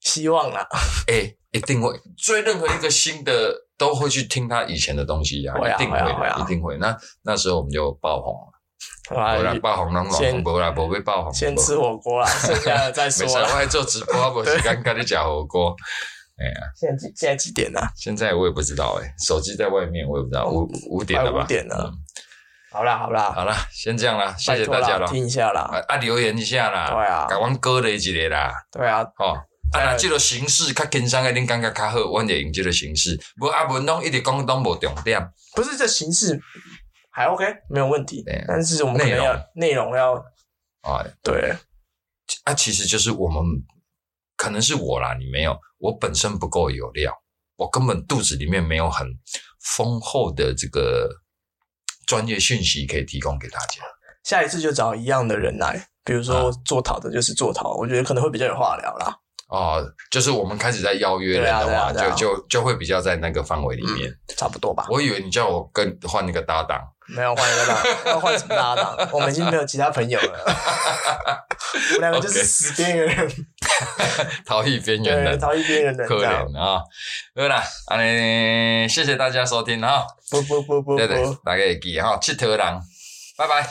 [SPEAKER 2] 希望 啦，
[SPEAKER 1] 哎，一定会追任何一个新的，都会去听他以前的东西呀，
[SPEAKER 2] 会啊
[SPEAKER 1] 一定会
[SPEAKER 2] 会啊会
[SPEAKER 1] 的，
[SPEAKER 2] 啊
[SPEAKER 1] 一定会。那那时候我们就爆红了，
[SPEAKER 2] 好
[SPEAKER 1] 无啦
[SPEAKER 2] 吧
[SPEAKER 1] 爆红，拢拢
[SPEAKER 2] 先
[SPEAKER 1] 无啦，无被爆红。
[SPEAKER 2] 先
[SPEAKER 1] 没
[SPEAKER 2] 吃火锅啦，剩下的再
[SPEAKER 1] 没
[SPEAKER 2] 说
[SPEAKER 1] 事，啊我
[SPEAKER 2] 啦。
[SPEAKER 1] 还做直播，啊我时间跟你讲火锅。
[SPEAKER 2] 现在几现在几点啊啦？
[SPEAKER 1] 现在我也不知道哎、手机在外面，我也不知道五五点了吧？
[SPEAKER 2] 哦快五点了
[SPEAKER 1] 嗯
[SPEAKER 2] 好啦好啦，
[SPEAKER 1] 好啦，先这样啦，谢谢
[SPEAKER 2] 拜托
[SPEAKER 1] 大
[SPEAKER 2] 啦
[SPEAKER 1] 家啦，
[SPEAKER 2] 听一下
[SPEAKER 1] 啊
[SPEAKER 2] 啦。
[SPEAKER 1] 啊留言一下啦，
[SPEAKER 2] 对啊
[SPEAKER 1] 给阮鼓励一下啦，
[SPEAKER 2] 对啊，
[SPEAKER 1] 吼、啊，
[SPEAKER 2] 哎
[SPEAKER 1] 若即个形式较轻松诶，恁感觉较好，阮会用即个形式。无啊，文拢一直讲拢无重点，
[SPEAKER 2] 不是这形式还 OK，没有问题
[SPEAKER 1] 对啊。
[SPEAKER 2] 但是我们可能要内容要
[SPEAKER 1] 啊
[SPEAKER 2] 对
[SPEAKER 1] 啊，其实就是我们，可能是我啦，你没有，我本身不够有料，我根本肚子里面没有很丰厚的这个专业讯息可以提供给大家。
[SPEAKER 2] 下一次就找一样的人来，比如
[SPEAKER 1] 啊
[SPEAKER 2] 说做陶的就是做陶，我觉得可能会比较有话聊啦。
[SPEAKER 1] 哦，就是我们开始在邀约人的
[SPEAKER 2] 对
[SPEAKER 1] 话，
[SPEAKER 2] 啊对啊对嗯啊
[SPEAKER 1] 就就就会比较在那个范围里面。
[SPEAKER 2] 差不多吧。
[SPEAKER 1] 我以为你叫我跟换一个搭档，
[SPEAKER 2] 没有换一 个搭档，要换什么搭档？我们已经没有其他朋友了，我们两个就是死边缘人，
[SPEAKER 1] 逃逸边缘
[SPEAKER 2] 对，
[SPEAKER 1] 人，
[SPEAKER 2] 逃逸边缘人
[SPEAKER 1] 可
[SPEAKER 2] 这样。
[SPEAKER 1] 怜 啊！好啦，安尼谢谢大家收听哈，
[SPEAKER 2] 不不不不
[SPEAKER 1] 对对
[SPEAKER 2] 不，，
[SPEAKER 1] 大家会记哈，佚佗人，拜拜。